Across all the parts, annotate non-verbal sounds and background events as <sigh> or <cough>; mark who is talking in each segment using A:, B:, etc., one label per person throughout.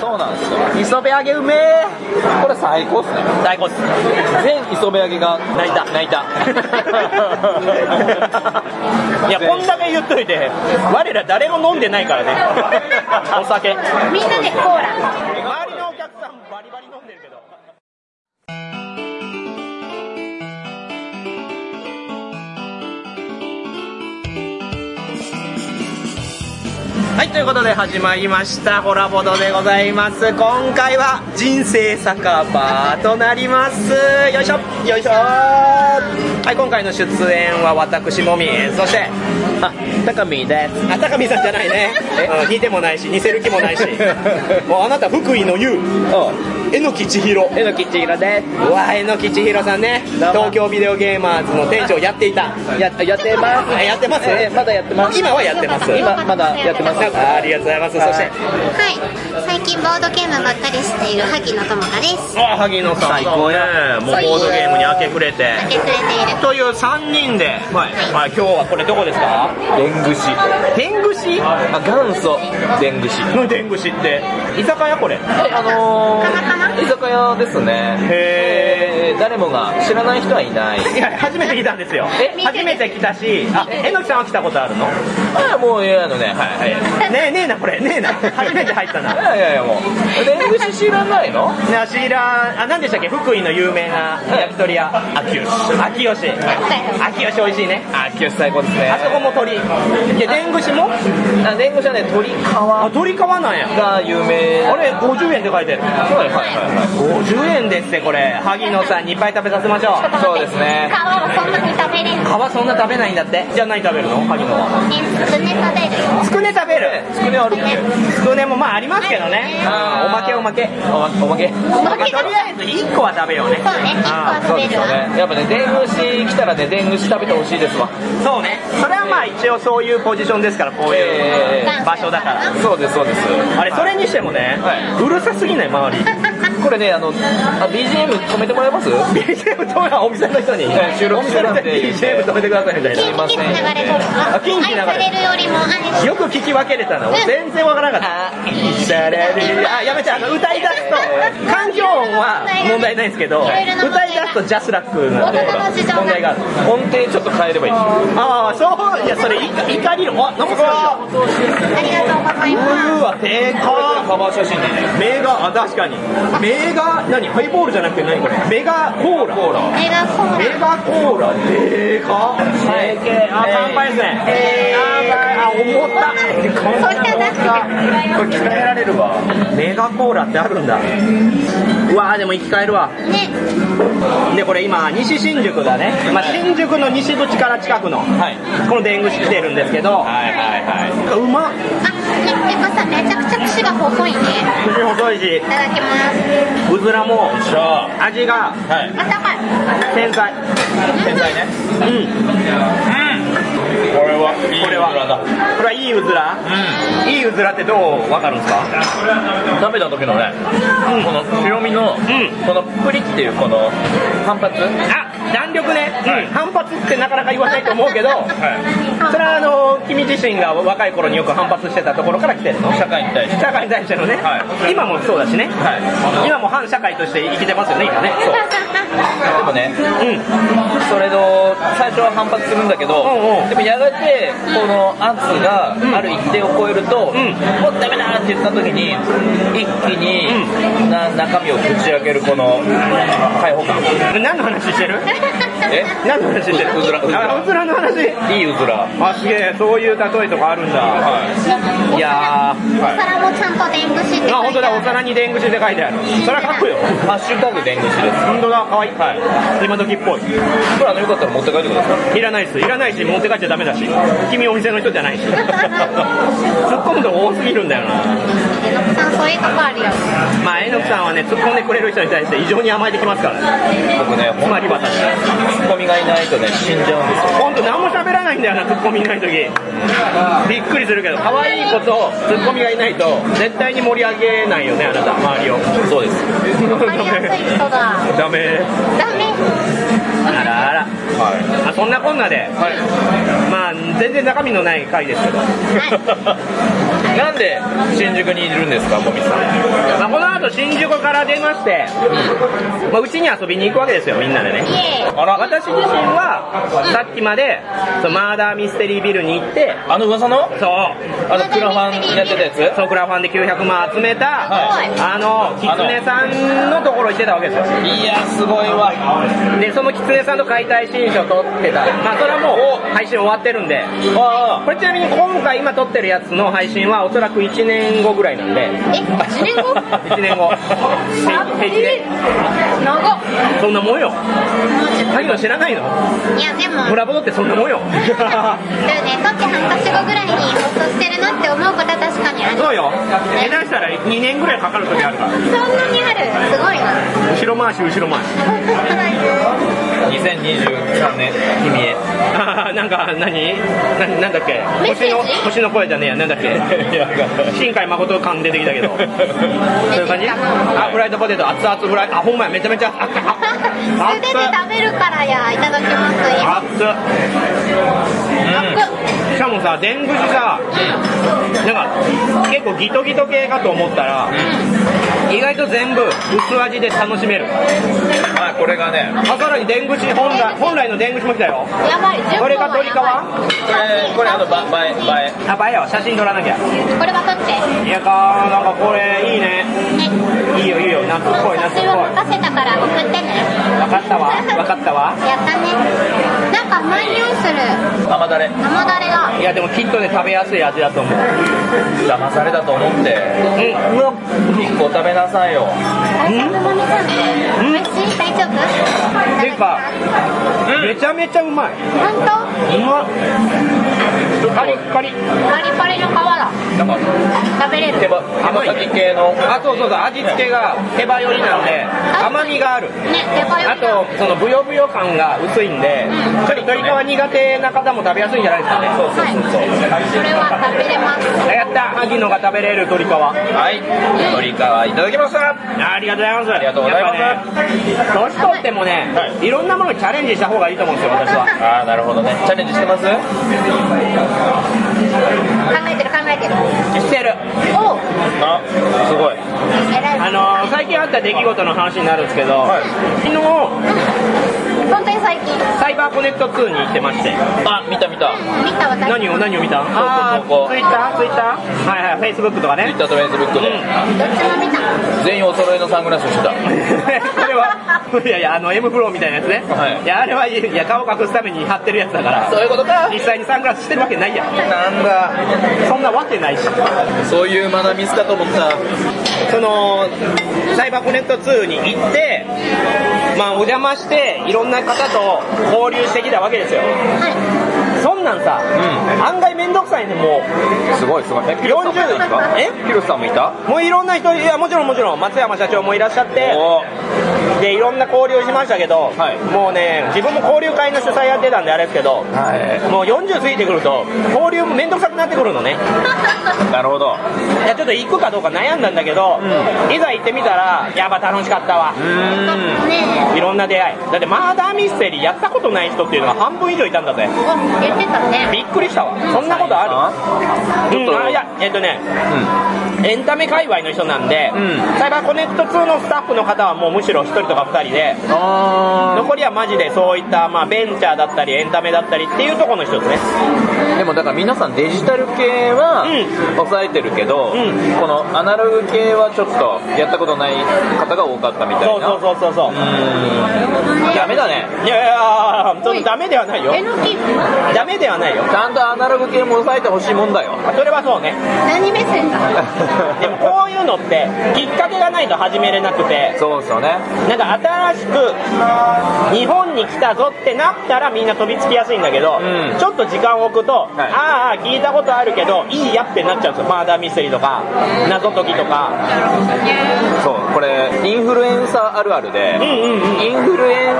A: そうなんですよ
B: 磯辺揚げうめえ
A: これ最高っすね
B: 最高っす
A: 全磯辺揚げが
B: 泣いた
A: 泣い <laughs> た
B: いやこんだけ言っといて我ら誰も飲んでな
A: <laughs>
B: いからねお酒
C: みんなでコーラ
B: 周りのお客さんバリバリ飲んでるけどはいということで始まりました「ホラボド」でございます今回は「人生酒場」となりますよいしょよいしょはい今回の出演は私もみそしてあ高見ですあ高見さんじゃないねうん似てもないし似せる気もない <laughs> しもうあなた福井の優えのきちひろ
A: えのきちひろで
B: うわえのきちひろさんね
A: どうも
B: 東京ビデオゲーマーズの店長やっていた
A: すややってます
B: あやってます
A: えーまだやってます
B: 今はやってます
A: 今まだやってます
B: あありがとうございますそして
C: はい最近ボードゲームばっかりしている萩野友香です
B: あ萩野さん
A: 最高や
B: もうボードゲームに明け暮れて
C: 明け暮れている
B: という3人で、はいまあ、今日はこれどこですか
A: 天狗市
B: 天狗市
A: あ元祖天狗市
B: の天狗市って居酒屋これ
A: あの
C: たまたま
A: ー、居酒屋ですね
B: へ
A: えー誰もが知らない人はいない
B: えいや初めて来たんですよ
A: え
B: 初めて来たしあえのきさんは来たことあるの
A: あもういやあのねはいはい
B: ねえねえなこれねえな初めて入った
A: い
B: な
A: やいやいやもう天狗市知らないの
B: なシーラあ何でしたっけ福井の有名な焼き鳥屋
A: 秋吉
B: 秋吉秋吉美味しいね
A: 秋吉最高ですね
B: あそこも鳥いや天狗市も
A: あ天狗市はね鳥
B: あ
A: 川
B: 鳥皮なんや
A: が有名
B: あれ50円って書いてる
A: はいはいはいはい
B: 50円ですってこれ萩野さんにいっぱい食べさせましょう
A: そうですね
C: 皮はそんなに食べれんの
B: 皮そんな食べないんだってじゃあ何食べるの萩野は
C: えつくね食べるよ
B: つくね食べる
A: つくねあるっけ
B: つくねもまあありますけどね
A: あー
B: おまけおまけとり
A: おまおまけ
C: おま
B: あ
C: けがそうね
B: えず1個は食べようね
C: 1個は
A: そ
C: 食
A: うで
C: べ
A: す
C: る
A: よ
C: わ
A: ねやっぱね天狗市来たらね天狗市食べてほしいですわ
B: そうねそれはまあ一応そういうポジションですからこうい
A: え
B: う場所だから
A: そうですそうです
B: あれそれにしてもね
A: は
B: うるさすぎない
A: <laughs>
B: 周り
A: これねあのあ BGM 止めてもらえます
B: BGM 止めろお店の人に
A: や収録してるんで
B: BGM 止めてくださいみたいな
C: キンキン流れとるわ
B: あキンキン流れ
C: 愛されるよりも愛
B: よく聞き分けれたの、
C: うん
B: 全然わからなかった。あ、やめちゃう、あの歌い出すと、環境音は問題ないんですけど、歌い出すとジャスラックなんで、問題がある。
A: 音程ちょっと変えればいい
B: ああ、そう、いや、それ、い怒りの、あ、なんかすごい。
C: ありがとうございう
B: ー
C: ま
B: わ、でか
A: カバー写真ね
B: メガ、あ、確かに。メガ、何ハイボールじゃなくて何これメガコーラ。
A: コーラ
C: す映画コー
B: メ
C: ラ
B: ガコーラ、でか
A: はい
B: あ、乾杯ですね。あ、重た。
C: そういったなく
A: これ鍛えられるわ
B: メガコーラってあるんだ。うわー、でも生き返るわ。
C: てね
B: でこれ今西新宿だね、まあ、新宿の西口から近くの、
A: はい
B: この電口来てるんですけど、
A: はいはいは
B: うまっ
C: あねやっぱさめちゃくちゃ串が細いね
B: 口細いし
C: いただきます
B: うずらも
A: いしょ
B: 味が
A: はい
C: あったかい
B: 繊細
A: 天才ね
B: うんこ
A: これはいい
B: れはこれはいいうずら、いいうずらってどうわかるんですか
A: 食べた時のねこの白身の
B: ん
A: このプリっていうこの反発
B: あ弾力ね、
A: はい
B: うん反発ってなかなか言わないと思うけど
C: <laughs> はい
B: それはあの君自身が若い頃によく反発してたところから来てるの
A: 社会に対して
B: 社会に対してのね、
A: はい
B: 今もそうだしね、
A: はい
B: 今も反社会として生きてますよね今ね
A: そうでもね
B: うん
A: それの最初は反発するんだけど、
B: うんうん
A: でもやがてこの圧が
B: ん
A: ある一定を超えると、
B: うん
A: もうダメだって言った時に一気に、な中身をぶち上げるこの解放感
B: 何の話してる
A: え
B: 何の話してる
A: うずらうずら
B: あうずらの話
A: いいうずら
B: あすげえそういう例えとかあるんだ、い、やー
C: お皿もちゃんと伝布して
B: あ本当だお
C: <laughs>
B: 皿にでんぐしで書いてあるそれはかっこいいよ
A: ハッシュタグでんぐしです
B: 本当だかわいい、今時っぽ
A: こ
B: い
A: れあのよかったら持って帰ってください
B: いらないですいらないし持って帰っちゃダメだし君お店の人じゃないし <laughs> 突っ込むとこ多すぎるんだよな
C: えのくさんそういうとこあるよ
B: まあえのきさんはね突っ込んでくれる人に対して異常に甘えてきますからね
A: 僕ね
B: つ
A: ほんま
B: まり私
A: ツッコミがいないとね死んじゃうんですよ
B: 本当何も喋らないんだよなツッコミいない時びっくりするけど可愛い子とツッコミがいないと絶対に盛り上げないよねあなた周りを
A: そうです
C: わかりやすい人だダ
B: ダメ
C: メ
B: あらあら、まあ、そんなこんなで、まあ全然中身のない回ですけど
A: なんで新宿にいるんですか小見
B: まあ、この後新宿から出まして、まあ、うちに遊びに行くわけですよみんなでね
C: イエーイ
B: あら私自身はさっきまでそのマーダーミステリービルに行って
A: あの噂の
B: そう
A: あのクラファンやってたやつ
B: そうクラファンで900万集めた、
A: はい
B: あの狐さんのところ行ってたわけですよ
A: いやすごいわ
B: でその狐さんの解体新書撮ってたまあそれはもう配信終わってるんで
A: あ
B: これちなみに今回今撮ってるやつの配信はおそらく1年後ぐらいなんで
C: え1年
B: <laughs>
C: 後
B: 1年後平気で
C: 長っ
B: そんなもんよ
C: い
B: 萩野知らないの
C: やでも
B: ブラボーってそんなもんよ
C: だよね、撮って半年後ぐらいに放送してるなって思うことは確かにある。
B: そうよ下手したら2年ぐらいかかる時あるから
C: そんなにある。すごい <laughs> な。
B: 後ろ回し後ろ回し
A: あ2023年君へ
B: あー <laughs> なんか何ななんだっけ
C: メッセー
B: 星
C: ジ
B: の星の声じゃねえやなんだっけ新海誠感出てきた
A: <laughs>
B: けどそういう感じ
C: 出てきたな
B: あフライドポテト熱々フライあほんまやめちゃめちゃ熱
C: <laughs>
B: 々
C: 素手で食べるからや、いただきます。今
B: 熱っ
C: 熱っ
B: しかもさ全口さなんか結構ギトギト系かと思ったら意外と全部薄味で楽しめる
A: はいこれがね
B: あさらにでんぐし本来本来のでんぐしも来たよ
C: やばい、10
B: これが
C: 本は
B: 鳥皮
C: やばい。
A: これこれあのばばえばえ
B: やばいよ写真撮らなきゃ
C: これは撮って。
B: いやかなんかこれいいね
C: ね。
B: いいよいいよ夏っぽい夏っぽ
C: 私
B: い
C: は任せたから送ってね。
B: 分かったわ分かったわ
C: やったね。なんか甘い匂いする。
A: 甘だれ
C: 甘だれが。
B: いやでもきっとね食べやすい味だと思う
A: 騙されたと思って
B: うんうわ
A: 1個食べなさいよ
C: 大丈夫もみちゃん。美味しい大丈夫
B: ていうかめちゃめちゃうまい
C: 本当
B: うまっカリッカリ
C: パリパリの皮だ。
A: なんか
C: 食べれ
A: 手
C: る。
A: 羽手羽先系の
B: あそうそうそう味付けが手羽寄りなんで甘みがある
C: ね、手羽
B: あ
C: より
B: とそのブヨブヨ感が薄いんで
C: うん
B: ちょっと鶏皮苦手な方も食べやすいんじゃないですかねそう
C: はい、それは食べれます。
B: やった萩野が食べれる鶏皮あ
A: はい鶏皮いただきました
B: りがとうございますあ
A: りがとうございます
B: 年取ってもね、、
A: はい
B: ろんなものにチャレンジした方がいいと思うんですよ私は
A: ああなるほどねチャレンジしてます
C: 考えてる考えてる。
B: してる
C: おう、
A: あすごい
C: 偉い。
B: あのー最近あった出来事の話になるんですけど、
A: はい
B: 昨日
C: 本当に最近、
B: サイバーコネクト2に行ってまして
A: あ見た見た
C: 見た私。
B: 何を何を見
A: そう
B: た
A: そうそう
B: ツイッターツイッターはいはいフェイスブックとかね
A: Twitter と Facebook で
C: どっちも見た。
A: 全員お揃いのサングラスしてた
B: これはい <laughs> やいやあの M フローみたいなやつね、
A: はい
B: いやあれはいいや顔隠すために貼ってるやつだから
A: そういうことか
B: 実際にサングラスしてるわけないやん
A: なんだ
B: そんなわけないし
A: そういうマナミスかと思った
B: そのサイバーコネクト2に行ってまあお邪魔していろんな方と交流してきたわけですよ
C: はい。
B: そんなんさ、
A: ん
B: 案外めんどくさいねも
A: すごいすごいえ
B: 広瀬さんもいたんですか
A: えヒロさんもいた
B: うもういろんな人いやもちろんもちろん松山社長もいらっしゃって
A: お
B: でいろんな交流しましたけど、
A: はい
B: もうね自分も交流会の主催やってたんであれですけど
A: は
B: もう40過ぎてくると交流もめんどくさくなってくるのね
A: いなるほど
B: いやちょっと行くかどうか悩んだんだけど、いざ行ってみたらやっぱ楽しかったわ
A: うーん
C: <laughs> ねえ。
B: いろんな出会いだってマーダーミステリーやったことない人っていうのが半分以上いたんだぜ
C: お、言ってたね。
B: びっくりしたわそんなことある
A: ちょっと
B: うんあいやえっとね
A: う
B: エンタメ界隈の人なんで、
A: うん
B: サイバーコネクト2のスタッフの方はもうむしろ1人とか2人で
A: んあ
B: 残りはマジでそういった、まあ、ベンチャーだったりエンタメだったりっていうところの人ですね
A: ーでもだから皆さんデジタル系は
B: うん
A: 抑えてるけど、
B: うん
A: このアナログ系はちょっとやったことない方が多かったみたいな
B: そうそうそうそうそう
A: うーんダメだね
B: いやいやそのダメではないよ
C: えのき、
B: ダメではないよ
A: ちゃんとアナログ系も抑えてほしいもんだ
B: <laughs>
A: よ
B: それはそうね
C: 何目線だ。
B: でもこういうのってきっかけがないと始めれなくて
A: そうですよね
B: なんか新しく日本に来たぞってなったらみんな飛びつきやすいんだけど、
A: うん
B: ちょっと時間を置くと、
A: い
B: ああ聞いたことあるけどいいやってなっちゃうんですよマーダーミステリーとか謎解きとか
A: そうこれインフルエンサーあるあるで、
B: うんうんうん
A: インフルエン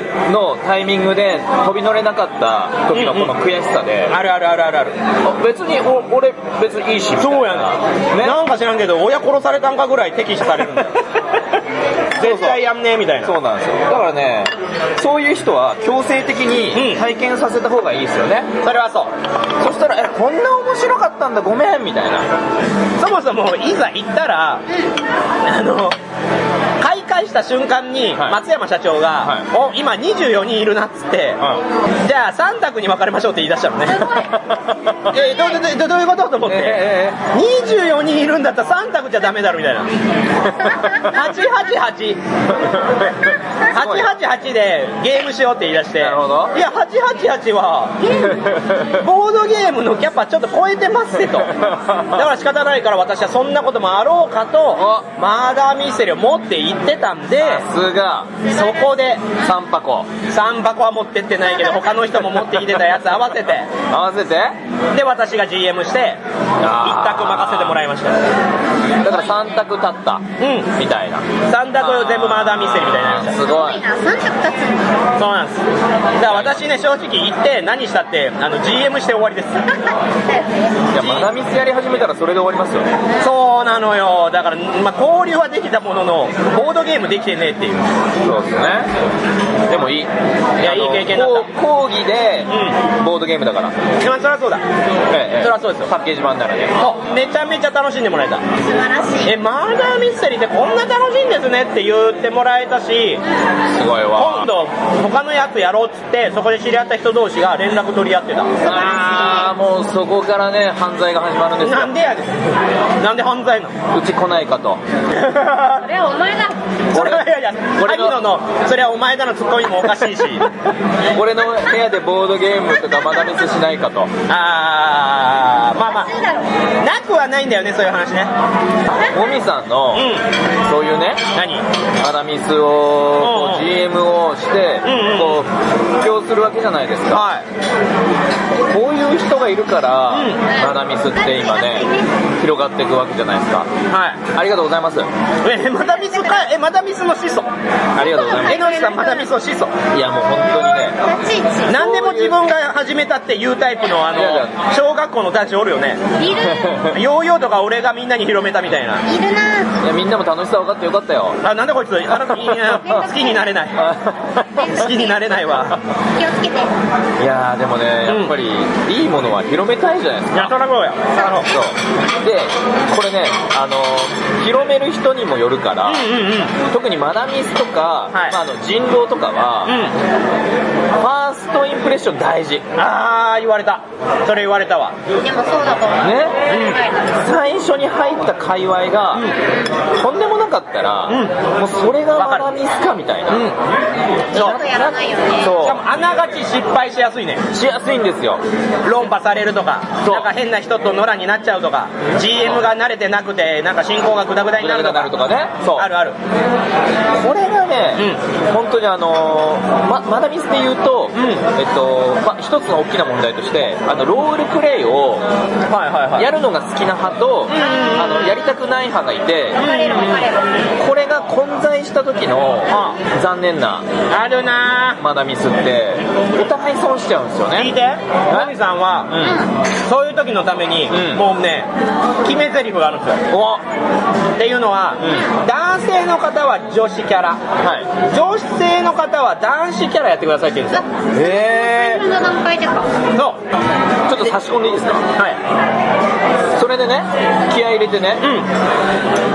A: スのタイミングで飛び乗れなかった時のこの悔しさで、
B: あるあるあるあるある
A: あ別にお俺別にいいしみたい
B: そうやな、
A: ね
B: なんか知らんけど親殺されたんかぐらい敵視されるんだ <laughs> よ絶対やんねえみたい
A: <laughs>
B: な
A: そうなんですよだからねそういう人は強制的に
B: うん
A: 体験させた方がいいですよね、
B: それはそう
A: そしたらえ
B: こんな面白かったんだごめんみたいなそもそもいざ行ったらあの開会した瞬間に
A: はい
B: 松山社長が
A: は
B: 「お今24人いるな」っつって「じゃあ3択に分かれましょう」って言い出したの
A: <laughs>
B: ねえどどどどどういうことと思って、
A: え
B: 24人いるんだったら3択じゃダメだろみたいな888888でゲームしようって言い出して
A: なるほど
B: いや888はボードゲームのキャパちょっと超えてますせとだから仕方ないから私はそんなこともあろうかとマーダーミステリーを持って行ってたんで
A: さすが
B: そこで
A: 3箱
B: 3箱は持ってってないけど他の人も持ってきてたやつ合わせて
A: 合わせて
B: で私が GM して一
A: あー
B: 択任せてもらいました
A: だから3択立った
B: うん
A: みたいな
B: 三択全部マーダーミステリーみたいになりました
A: すごい
C: な三角立つんだ
B: そうなんですだから私ね正直行って何したってあの GM して終わりです
A: いやマダミスやり始めたらそれで終わりますよね
B: そうなのよだから、まあ、交流はできたもののボードゲームできてねえっていう
A: そうですねでもいいい
B: やいい経験だった
A: 講義で
B: う
A: ボードゲームだから
B: でもそりゃそうだ
A: え
B: そりゃそうですよ
A: パッケージ版ならね
B: そうめちゃめちゃ楽しんでもらえた
C: 素晴らしい
B: えマーダーミステリーってこんな楽しいんですねって言ってもらえたし
A: すごいわ
B: 今度他のやつやろうっつってそこで知り合った人同士が連絡取り合ってた
A: ああもうそこからね犯罪が始まるんですよ
B: なんでやですなんで犯罪なの
A: うち来ないかと
D: それはお前だ
B: それ <laughs> はいやいや
A: 俺
B: 萩
A: の
B: 野のそれはお前だのツッコミもおかしいし
A: 俺の部屋でボードゲームとかマダミスしないかと
B: あーまあま
D: いいだろ
B: あなくはないんだよねそういう話ね
A: もみさんの
B: うん
A: そういうね
B: 何
A: マダミスをこ
B: うんう
A: うん GM をして
B: うんうん
A: こう布教するわけじゃないですか
B: はい
A: こういう人がいるから
B: うん
A: マダミスって今ね広がっていくわけじゃないですか
B: は
A: ありがとうございます
B: いえまだミスかえまだミスの始祖
A: ありがとうございます
B: えのりさんまだミスの始祖
A: いやもう本当にね
C: 立ち位置
B: 何でも自分が始めたっていうタイプのあ
A: いやい
B: の
A: や
B: 小学校の男子おるよね
D: いる
B: ヨーヨーとか俺がみんなに広めたみたいない
C: るない
A: やみんなも楽しさ分かってよかったよ
B: あなんでこいつあなたいいな好きになれない好きになれないわ
C: 気をつけて
A: いやーでもねやっぱりいいものは広めたいじゃないですか
B: やたらこうやあの
A: そうでこれねあのー広める人にもよるから、
B: うんうんうん
A: 特にマダミスとか、
B: はい
A: まあ、あの人狼とかは、
B: うん
A: ファーストインプレッション大事ね
B: ああ言われたそれ言われたわ
C: でもそうだと思う
A: 最初に入った界隈が、とんでもなかったら、
B: う
A: もうそれが
B: わ
A: マ
B: かる
A: ダミスかみたいな、
B: うん
A: そう
C: 二度とやらないよね
B: しか
A: そ
B: もあながち失敗しやすいね
A: うしやすいんですよ
B: 論破されるとか
A: そう
B: なんか変な人と野良になっちゃうとか GM が慣れてなくてなんか進行がグダグダになると
A: な
B: か
A: るとかねそう
B: あるある
A: これがね、本当にあのーま、マダミスで言うと、
B: うん
A: えっと、ま、一つの大きな問題として、あの、ロールプレイを、
B: はいはいは
A: やるのが好きな派と、
B: ん
A: あの、やりたくない派がいて、
C: 分かれる分かれる
A: これが混在した時の
B: う
A: 残念な
B: あるな
A: マダミスって、お互い損しちゃうんですよ
B: ー聞い
A: ね。
B: てナミさんは、
A: うん。
B: そういう時のために、
A: うん
B: もうね決め台詞があるんですよ
A: おは
B: っていうのは、
A: うん
B: 男性の方は女子キャラ
A: い。
B: 女性の方は男子キャラやってくださいって言うんですよ
A: え
C: の段階でか
B: そう
A: ー、ちょっと差し込んでいいですか
B: は
A: それでね、気合い入れてね、
B: いうん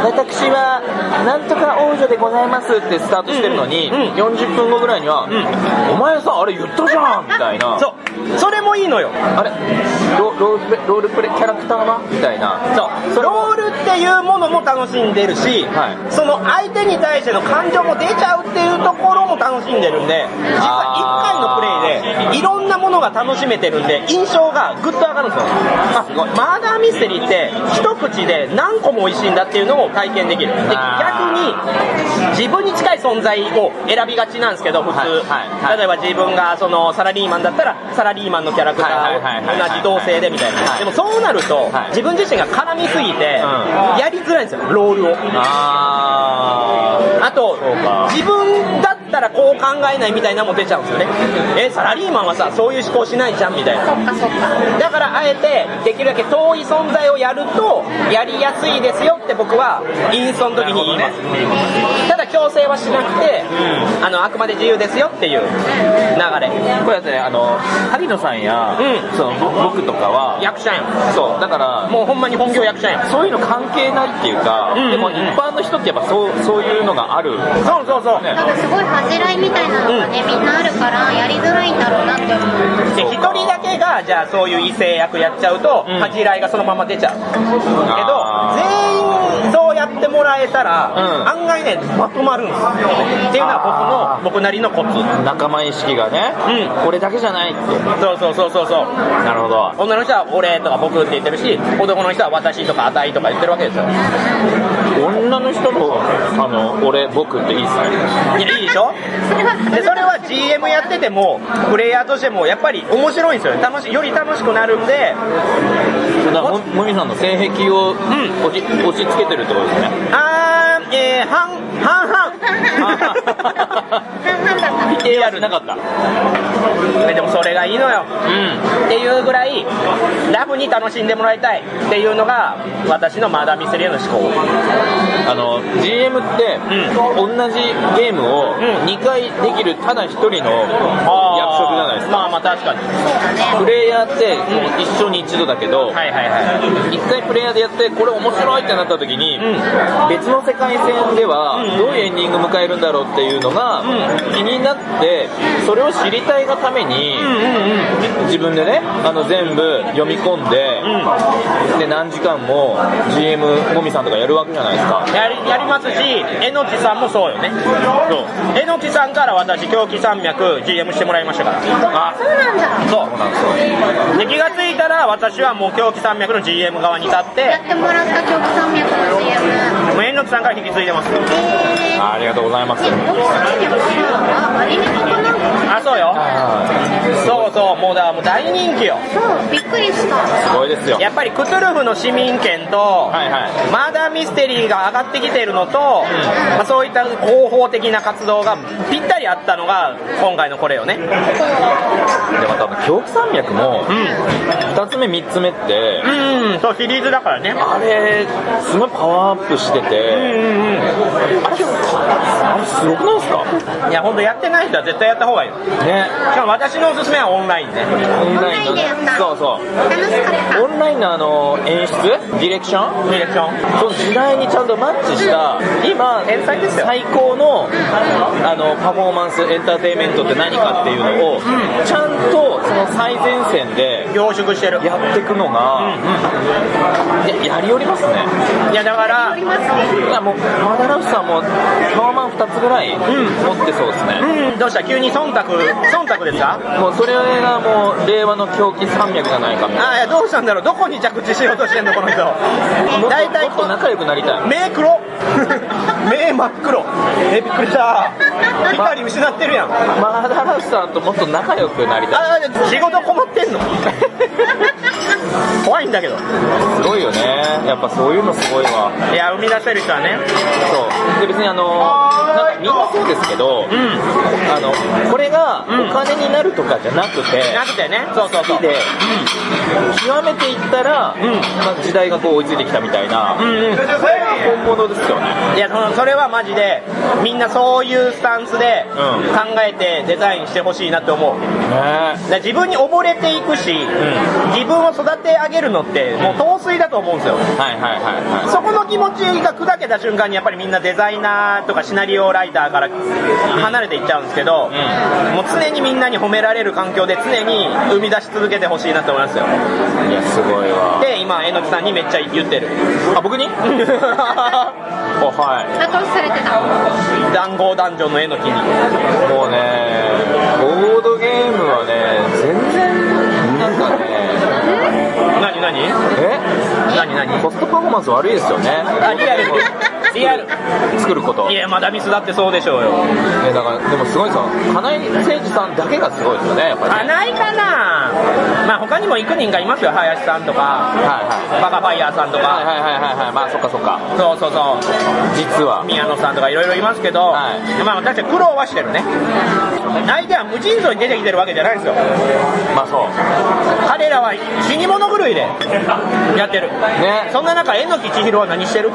A: 私はなんとか王女でございますってスタートしてるのに、
B: うんうん
A: 40分後ぐらいには、お前さあれ言ったじゃんみたいな
B: そうそれもいいのよ
A: あれロロールプロールプレイキャラクターはみたいな
B: そう
A: それ
B: ロ
A: も
B: ールっていうものも楽しんでるし、
A: はい
B: その相手に対しての感情も出ちゃうっていうところも楽しんでるんで実は
A: あー
B: 1回のプレイでいろんなものが楽しめてるんで印象がぐっと上がるんですよあ
A: すごい
B: マーダーミステリーって一口で何個も美味しいんだっていうのを体験できるで逆に
A: あ
B: 自分に近い存在を選びがちなんですけど普通、
A: はいはいはい
B: 例えば自分がそのサラリーマンだったらサラリーマンのキャラクタ
A: はいはいはいはいはい
B: ーを同じ同性でみたいな
A: はい
B: でもそうなると、
A: はい
B: 自分自身が絡みすぎて、
A: う
B: やりづらいんですよロールを
A: あ
B: あと
A: そうか
B: 自分だったらこう考えないみたいなのも出ちゃうんですよねえサラリーマンはさそういう思考しないじゃんみたいな
C: そっかそっか
B: だからあえてできるだけ遠い存在をやるとやりやすいですよって僕はインストの時に言います、ただ強制はしなくて、あのあくまで自由ですよっていう流れ
A: これだってねあの萩野さんや、
B: う
A: そのぼ僕とかは
B: 役者やん
A: そうだから
B: もうほんまに本業役者やん
A: そういうの関係ないっていうか、
B: うんうんうん
A: でも一般の人ってやっぱそうそういうのがある
B: そうそうそう
A: ね
C: 多分すごい恥じらいみたいなのがね、みんなあるからやりづらいんだろうなって思う
B: で一人だけがじゃあそういう異性役やっちゃうと、
A: うん
B: 恥じらいがそのまま出ちゃう
A: あ
B: けど全員そうやってもらえたら、
A: うん
B: 案外ねまとまるんですよっていうのは
A: あー
B: 僕の僕なりのコツ
A: 仲間意識がね、
B: う
A: これだけじゃないって
B: そうそうそうそうそう
A: なるほど
B: 女の人は俺とか僕って言ってるし男の人は私とかあたいとか言ってるわけですよ
A: 女の人もあの俺僕っていいっすね
B: いやいいでしょでそれは GM やっててもプレイヤーとしてもやっぱり面白いんですよ楽しより楽しくなるんで
A: だからももみさんの性癖を
B: ん
A: 押し,、押し付けてるってことですね
B: あーえー、半半
A: 否
B: 々
C: 半々だっ
A: 定はしなかった
B: でもそれがいいのよ
A: う
B: っていうぐらいラブに楽しんでもらいたいっていうのが私のマダミステリアの思考
A: んあの GM って、同じゲームを
B: ん
A: 2回できるただ一人の約束じゃないですか
B: まあまあ確かには
A: プレイヤーってもう一生に一度だけど、
B: いはいはい
A: 一回プレイヤーでやってこれ面白いってなった時に、
B: ん
A: 別の世界線ではどういうエンディング迎えるんだろうっていうのが気になってそれを知りたいがために自分でねあの全部読み込んでで何時間も GM もみさんとかやるわけじゃないですか
B: やりやりますしえのちさんもそうよねそうえのちさんから私狂気山脈 GM してもらいましたから
A: あ
C: たそうなんだ
A: そうなんですよ
B: で気がついたら私はもう狂気山脈の GM 側に立っ <laughs>
C: や
B: て
C: ってもらった曲山脈の CM
B: もうえのちさんから引き継いでます
C: えー
A: ありがとうございます
C: え、大きさによっては割にここなんか
B: あそうよそうそうもうだからもう大人気よ
C: そうびっくりした
A: すごいですよ
B: やっぱりクトゥルフの市民権と
A: はいはい
B: マダーミステリーが上がってきているのと、まあ、そういった広報的な活動がぴったりあったのが今回のこれよね
A: でまたあの狂気山脈も2つ目3つ目って
B: うんそうシリーズだからね
A: あれすごいパワーアップしてて、あれあれすごくないですか
B: いや本当やってない人は絶対やった方がいいよ
A: ね
B: しかも私のおすすめはオンラインで
A: オン
C: ラインでやった
A: そうそ
C: 楽しかった
A: うオンラインのあの演出ディレクション
B: ディレクション
A: その時代にちゃんとマッチした今
B: 天才ですよ
A: 最高のあのパフォーマンスエンターテインメントって何かっていうのをちゃんとその最前線で
B: 凝縮してる
A: やっていくのがややりよりますね
B: いやだから
A: いやもうマダラフさんもタワマン2つぐらい持ってそうですね、
B: うんどうした急に忖度忖度ですか
A: もうそれがもう令和の狂気山脈じゃないかみたい
B: あいやどうしたんだろうどこに着地しようとしてんのこの人
A: な
B: 大体
A: もっともっと仲良くなりたい
B: 目黒 <laughs> 目真っ黒えびっくりした光失ってるやん
A: マダラスさんともっと仲良くなりたい
B: あ仕事困ってんの <laughs> 怖いんだけど
A: すごいよねやっぱそういうのすごいわ
B: いや生み出せる人はね
A: そうで別にあのなんかみんなそうですけど、
B: うん
A: あのこれがお金になるとかじゃなくて、
B: なくてねそうそうそ
A: 好
B: う
A: きで極めていったら、
B: ん
A: まあ時代がこう追いついてきたみたいな、
B: うんうん
A: これが本物ですよね
B: いやそのそれはマジでみんなそういうスタンスで
A: ん
B: 考えてデザインしてほしいなって思う
A: ね
B: だから自分に溺れていくし、自分を育て上げるのってもう陶酔だと思うんですよ
A: はいはいはいはい
B: そこの気持ちが砕けた瞬間にやっぱりみんなデザイナーとかシナリオライターから離れていっちゃうんですけど、もう常にみんなに褒められる環境で常に生み出し続けてほしいなと思いますよ
A: いやすごいわ
B: で今えのきさんにめっちゃ言ってる
A: あ
B: <laughs>
A: 僕にあは
B: 談
C: 後押しされてた
B: 合ダンジョンのえのきに
A: いもうねボードゲームはね全然なんかね
B: 何何
A: え
B: 何何
A: コストパフォーマンス悪いですよね
B: あリアルリアル
A: 作ること
B: い
A: ね
B: やまだミスだってそうでしょうよ
A: だからでもすごいですよ金井誠二さんだけがすごいですよねやっぱり
B: あないかなまあ他にも幾人かいますよ林さんとか
A: はいはい
B: バカファイヤーさんと
A: はい
B: か
A: はいはいはいはいまあそっかそっか
B: そうそうそう
A: 実は
B: 宮野さんとかいろいろいますけど、
A: はい
B: まあ確かに苦労はしてるね相手は無尽蔵に出てきてるわけじゃないんですよ
A: まあそう
B: 彼らは死に物狂いでやってる
A: ね
B: そんな中えのき千尋は何してる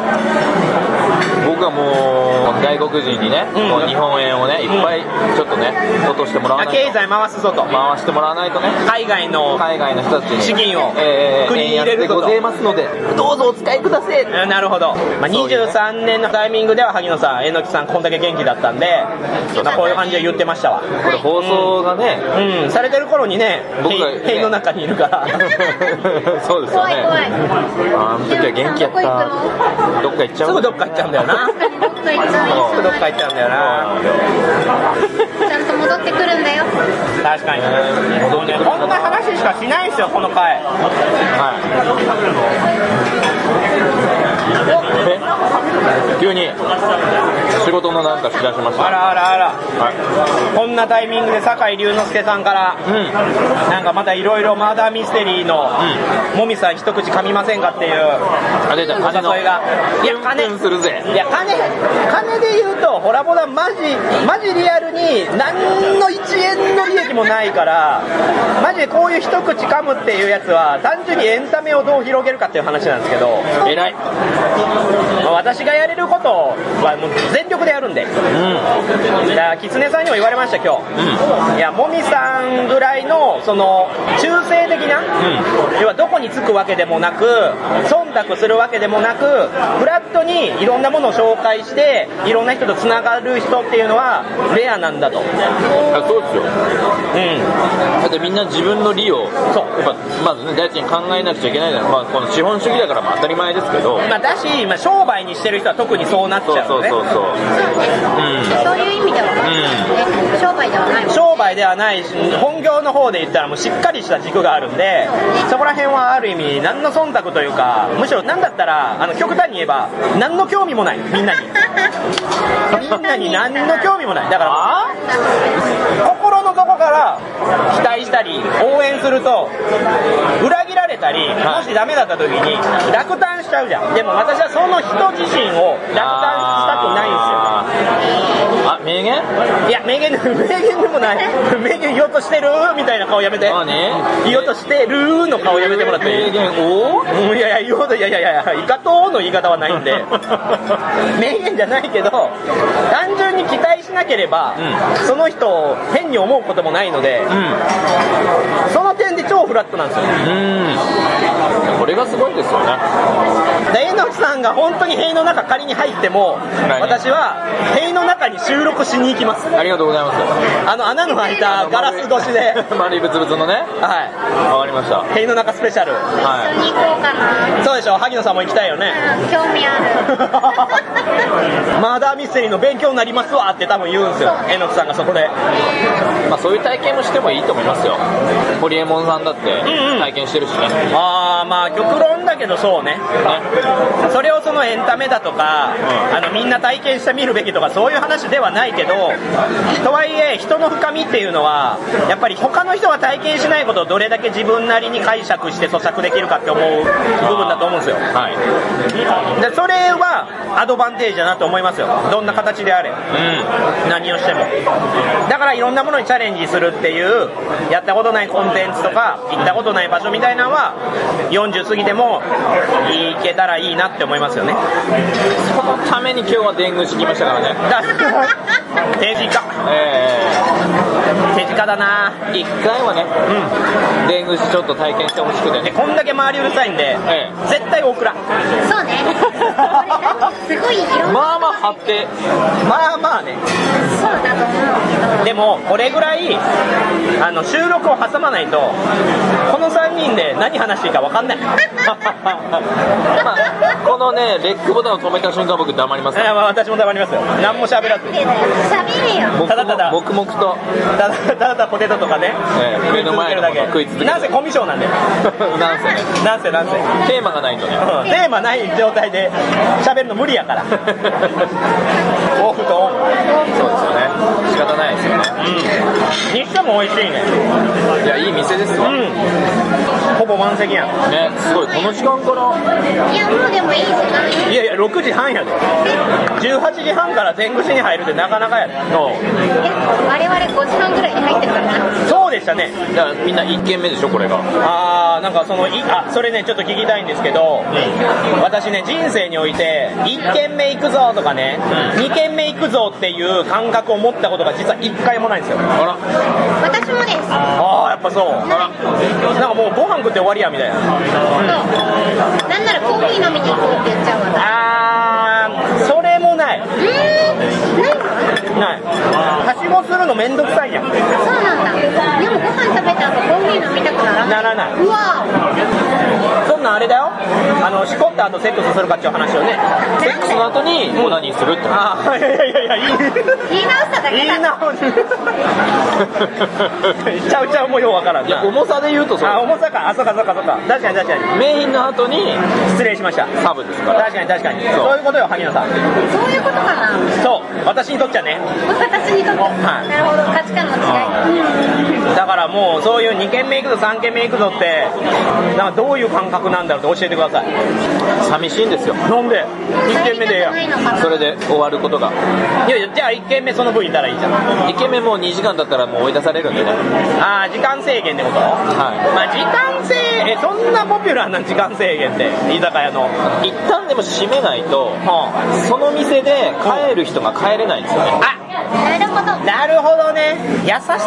A: 僕はもう外国人にね、
B: うん
A: こう日本円をねいっぱいちょっとね落としてもらわ
B: あ
A: ないと
B: 経済回すぞと
A: 回してもらわないとね
B: 海外の
A: 海外の人たちに
B: 資金を
A: えー
B: 国に入れる
A: 円安で
B: こと
A: ございますのでどうぞお使いください
B: うんなるほど、まあ、
A: そういうね
B: 23年のタイミングでは萩野さん榎木さんこんだけ元気だったんで、まあ、こういう感じで言ってましたわ
A: これ放送がね、
B: うんされてる頃にね
A: 僕がね
B: 塀塀の中にいるから
A: <laughs> そうですよ
D: 怖い
A: ね
D: 怖い。
A: あの時は元気やったどっか行っちゃ
B: す
A: う
B: ぐどっか行っちゃうんだよな
D: どっか行っち
B: す
D: ゃ
B: ぐ
D: う
B: どっか行っちゃうんだよな
C: ちゃんと戻ってくるんだよ
B: 確かに
A: 戻ってくる
B: こんな話しかしないんですよこの回
A: はいえ急に仕事のなんかしだしました
B: あらあらあら
A: は
B: こんなタイミングで酒井龍之介さんから
A: いうん
B: なんかまたいろいろマーダーミステリーの、もみさん一口噛みませんかっていう
A: あ出た
B: お
A: 金の
B: 誘いがいや金
A: 運するぜ
B: いや金金で言うとホラボラマジマジリアルに何の1円の利益もないからマジでこういう一口噛むっていうやつは単純にエンタメをどう広げるかっていう話なんですけど
A: 偉い
B: 私がやれることはもう全力でやるんで
A: うん
B: だからキツネさんにも言われました今日、いやもみさんぐらいのその中性的な、要はどこにつくわけでもなく忖度するわけでもなくフラットにいろんなものを紹介していろんな人とつながる人っていうのはレアなんだとうん
A: あそうですよだ
B: そ
A: ってみんな自分の利をや
B: う
A: っぱまずね第一に考えなくちゃいけないじゃない、まあ、この資本主義だからまあ当たり前ですけど
B: まあ、だし、まあ、商売にしてる人は特にそうなっち
A: そう
B: ゃう
A: そう
B: のね
A: そうそううん
C: そういう意味ではね商売ではないもん
B: 商売ではないし本業の方で言ったらもうしっかりした軸があるんでそこら辺はある意味何の忖度というかむしろ何だったらあの極端に言えば何の興味もないみんなにみんなに何の興味もないだから心の底から期待したり応援すると裏切られたりもしダメだった時に落胆しちゃうじゃんでも私はその人自身を落胆したくないんですよ
A: あ名言
B: いや、名言で、名言でもない。名言言おうとしてるみたいな顔やめて。
A: 何
B: 言おうとしてるの顔やめてもらってい
A: 名
B: い
A: 言おー
B: うんいやいや、言おうと、いやいやいや、いかとうの言い方はないんで。名言じゃないけど、単純に期待しなければ、その人を変に思うこともないので、
A: う
B: その点で超フラットなんですよ。
A: んうんこれがすごいですよね
B: でえのきさんが本当に塀の中仮に入っても
A: 何、
B: 私は塀の中に収録しに行きます。
A: ありがとうございます
B: あの穴の開いたガラス越しで、
A: 丸いブツブツのね
B: は
A: わかりました
B: い。塀の中スペシャル。
C: 一緒
A: は
C: に行こうかな
B: そうでしょ萩野さんも行きたいよね
C: うん興味ある
B: マーダーミステリーの勉強になりますわって多分言うんですよえのきさんがそこで
A: い、まあ、そういう体験もしてもいいと思いますよホリエモンさんだって
B: んうん
A: 体験してるしね,、ね
B: ああまあ極論だけどそうねそれをそのエンタメだとか、あのみんな体験してみるべきとかそういう話ではないけどとはいえ人の深みっていうのはやっぱり他の人が体験しないことをどれだけ自分なりに解釈して咀嚼できるかって思う部分だと思うんですよ
A: はい
B: でそれはアドバンテージだなと思いますよどんな形であれ
A: う
B: 何をしてもだからいろんなものにチャレンジするっていうやったことないコンテンツとか行ったことない場所みたいなのは40過ぎても行けたらいいなって思いますよね
A: んそのために今日は伝言してきましたからね
B: だ <laughs> 政治家
A: え
B: 政治家だな
A: え一回はね
B: う
A: 伝言しちょっと体験してほしくて
B: ん
A: ね
B: でこんだけ周りうるさいんで
A: え
B: 絶対オクラ
C: そうねすごい広
A: え
C: い
A: まあまあ張って
B: まあまあね
C: そうだと思うけ
B: でもこれぐらいあの収録を挟まないとこの3人で何話していいか分かんない <laughs>
A: まあ、このね、レックボタンを止めた瞬間、僕、黙ります
B: い。やまあ私も黙りますよ何も喋らず
C: ど喋れよ
A: 黙々
B: ただただ
A: 黙々と、
B: ただただただポテトとかね、
A: ええ目の前のものを食い続ける
B: なんせコミュ障なんで
A: なんせね、
B: なん
A: <laughs>
B: せなんせ、うん
A: テーマがないとね、
B: テーマない状態で喋るの無理や
A: <laughs>
B: からオフとオン
A: そうですよね、仕方ないですよね。
B: うんにしても美味しいね
A: いやいい店ですわ、ね
B: うんほぼ満席やん
A: すごいこの時間から
C: いやもうでもいい時間よ
B: いやいや6時半やで18時半から天狗市に入るってなかなかやで
A: の
C: え我々5時半ぐらいに入ってるからな
B: そうでしたね
A: だからみんな1軒目でしょこれが
B: あーなんかそのいあそれねちょっと聞きたいんですけど、私ね人生において1軒目行くぞとかね、2軒目行くぞっていう感覚を持ったことが実は1回もないんですよ
A: あら
C: 私もです
B: ああやっぱそう
A: あ
B: なんかもうご飯食って終わりやみたいな
C: そうなんならコーヒー飲みに行こうって言っちゃうわ
B: あーそれもないう
C: ーんないの
B: ないはしごするのめんどくさいやん
C: そうなんだでもご飯食べた後コーヒー飲みたくならない
B: ならないう
C: わ
B: そんなんあれだよあのしこった後セックスするかっていう話をね
C: ー
A: セックスの後にオナニーするってこと
B: ああいやいやいやいい
C: 言い直しただ
B: い
C: け
B: い
C: だ
B: なほんちゃうちゃうもうようわからん
A: いや
B: な
A: 重さで言うとそ
B: あ
A: う
B: 重さかあそうかそうかそうか確かに確かに
A: メインの後に
B: 失礼しました
A: サブですから
B: 確かに確かにそう
A: う
B: いうことよ萩野さん
C: そういうことかな
B: そう私にとっちゃね
C: 私にとって
B: はい
C: なるほど価値観の違い
B: だからもうそういう2軒目行くぞ3軒目行くぞってなんかどういう感覚なんだろうって教えてください
A: 寂しいんですよ
B: なんで1軒目でええやん
C: 帰り
B: い
C: たくないのかな
A: それで終わることが
B: やいやじゃあ1軒目その分いたらいいじゃん
A: 1軒目もう2時間だったらもう追い出されるんでね
B: ああ時間制限ってこと
A: は
B: まあ時間制えそんなポピュラーな時間制限って居酒屋の
A: い一旦でも閉めないと
B: は
A: その店で帰る人が帰れないんですよね
B: あ
C: なるほど
B: なるほどね優しさ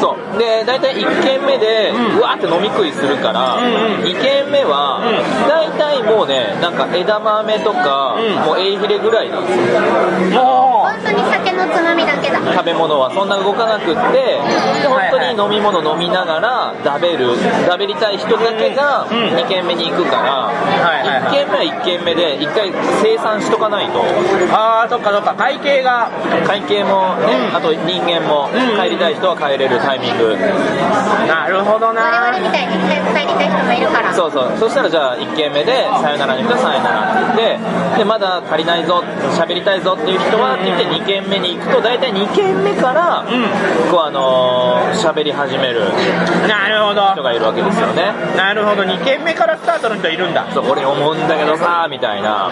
A: そうで大体1軒目でうわーって飲み食いするから、
B: うんうん
A: 2軒目は
B: う
A: 大体もうねなんか枝豆とか、
B: うん
A: もうエイヒレぐらいなんですよ
B: も
C: 本当に酒のつまみだけだ
A: 食べ物はそんな動かなくってで本当に飲み物飲みながら食べる食べりたい人だけが
B: うんうん
A: 2軒目に行くから
B: いはいはい
A: 1軒目は1軒目で1回生産しとかないと
B: うああそっかそっか会計が
A: 会計もねあと人間も
B: うん
A: 帰りたい人は帰れるタイミング
B: なるほど
C: 我
B: な
C: 々みたいに帰りたい人もいるから
A: そうそうそしたらじゃあ1軒目で「さよなら」に行くと「さよなら」って言ってでまだ足りないぞ喋りたいぞっていう人はって言って2軒目に行くと大体2軒目から
B: うん
A: こうあのー喋り始める
B: なるほ
A: 人
B: ど
A: がいるわけですよね
B: なるほど2軒目からスタートの人いるんだ
A: そう俺思うんだけどさみたいな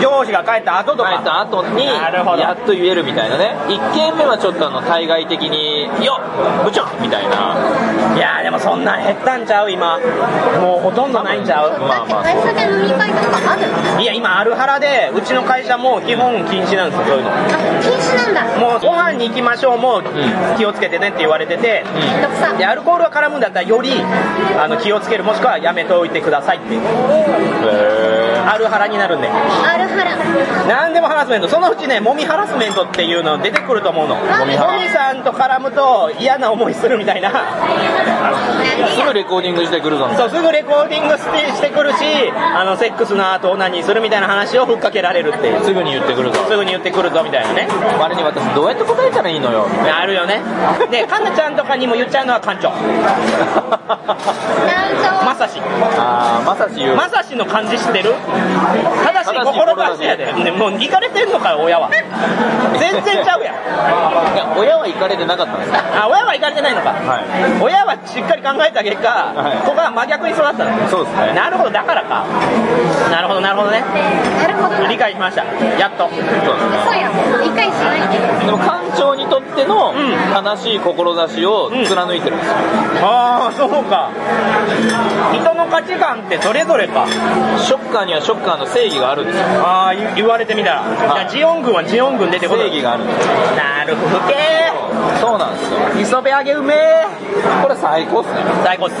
B: 上司が帰った後と
A: 帰
B: か
A: った後に
B: なるほど
A: やっと言えるみたいなね1軒目はちょっとあの対外的に「よっ部長!」みたいない
B: やーでもそんなん減ったんちゃう今もうほとんどないんちゃう
A: まあまあ
C: だって会社で飲み会とかあるのあ
B: いや今アルハラでうちの会社も基本禁止なんですよそういうの
C: 禁止なんだ
B: もうご飯に行きましょうもうん気をつけてねって言われてて、
C: めんどくさ
B: でアルコールが絡むんだったらよりあの気をつけるもしくはやめておいてくださいって
A: へ
B: アルハラになるんで
C: あるはら
B: 何でもハラスメントそのうちねもみハラスメントっていうの出てくると思うのも
C: 揉
B: み
C: みハラ
B: さんと絡むと嫌な思いするみたいな
A: えすぐレコーディングしてくるぞみたい
B: そうすぐレコーディングしてしてくるしあのセックスの後オナニーするみたいな話をふっかけられるってい
A: な
B: う
A: すぐに言ってくるぞ
B: すぐに言ってくるぞみたいなね
A: あれに私どうやって答えたらいいのよ
B: あるよねでかなちゃんとかにも言っちゃうのは館長ま
C: なんと
B: さし
A: ああまさし言う
B: まさしの漢字知ってるただし
A: ただし
B: 心がしやで、ね、もう行かれてんのかよ親は全然ちゃうやん
A: いや親は行かれてなかったんですよ
B: あ親は行かれてないのか、
A: は
B: 親はしっかり考えた結果、
A: い
B: ここは真逆に育ったの
A: いそうですね
B: なるほどだからかなるほどなるほどね
C: なるほど
B: 理解しましたやっと
A: そうですね
C: そうや理解しないで
A: でも館長にとっての
B: ん
A: 悲しい志を貫いてるんですよ
B: ああそうか人の価値観ってそれぞれか
A: ショッカーにはショッカーの正義があるんですよ
B: ああ言われてみたら
A: はい
B: いやジオン軍はジオン軍出てこな
A: 正
B: い
A: 義があるんですよ
B: なるほどけ
A: そうなんですよ
B: ー磯辺揚げうめえ
A: これ最高っすね
B: 最高っす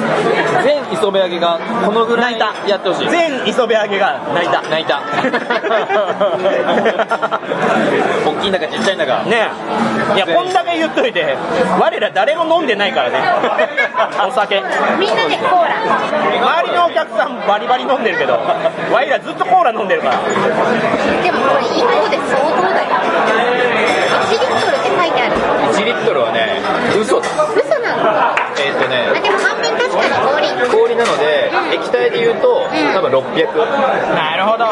A: 全磯辺揚げがこのぐらい
B: 泣いた
A: やってほしい
B: 全磯辺揚げが <laughs> 泣いた
A: 泣いた大きいんだかちっちゃいんだか
B: ねえいやこんだけ言っといて我ら誰も飲んでないからねお酒
C: みんなでコーラ
B: 周りのお客さんバリバリ飲んでるけど我らずっとコーラ飲んでるから
C: でもこれ一個で相当だよ1リットルって書いてある
A: 1リットルはね嘘です
C: 嘘なのあ
A: えーっとね
C: でも半分確かに氷
A: 氷なので液体で言うと多分
B: なるほど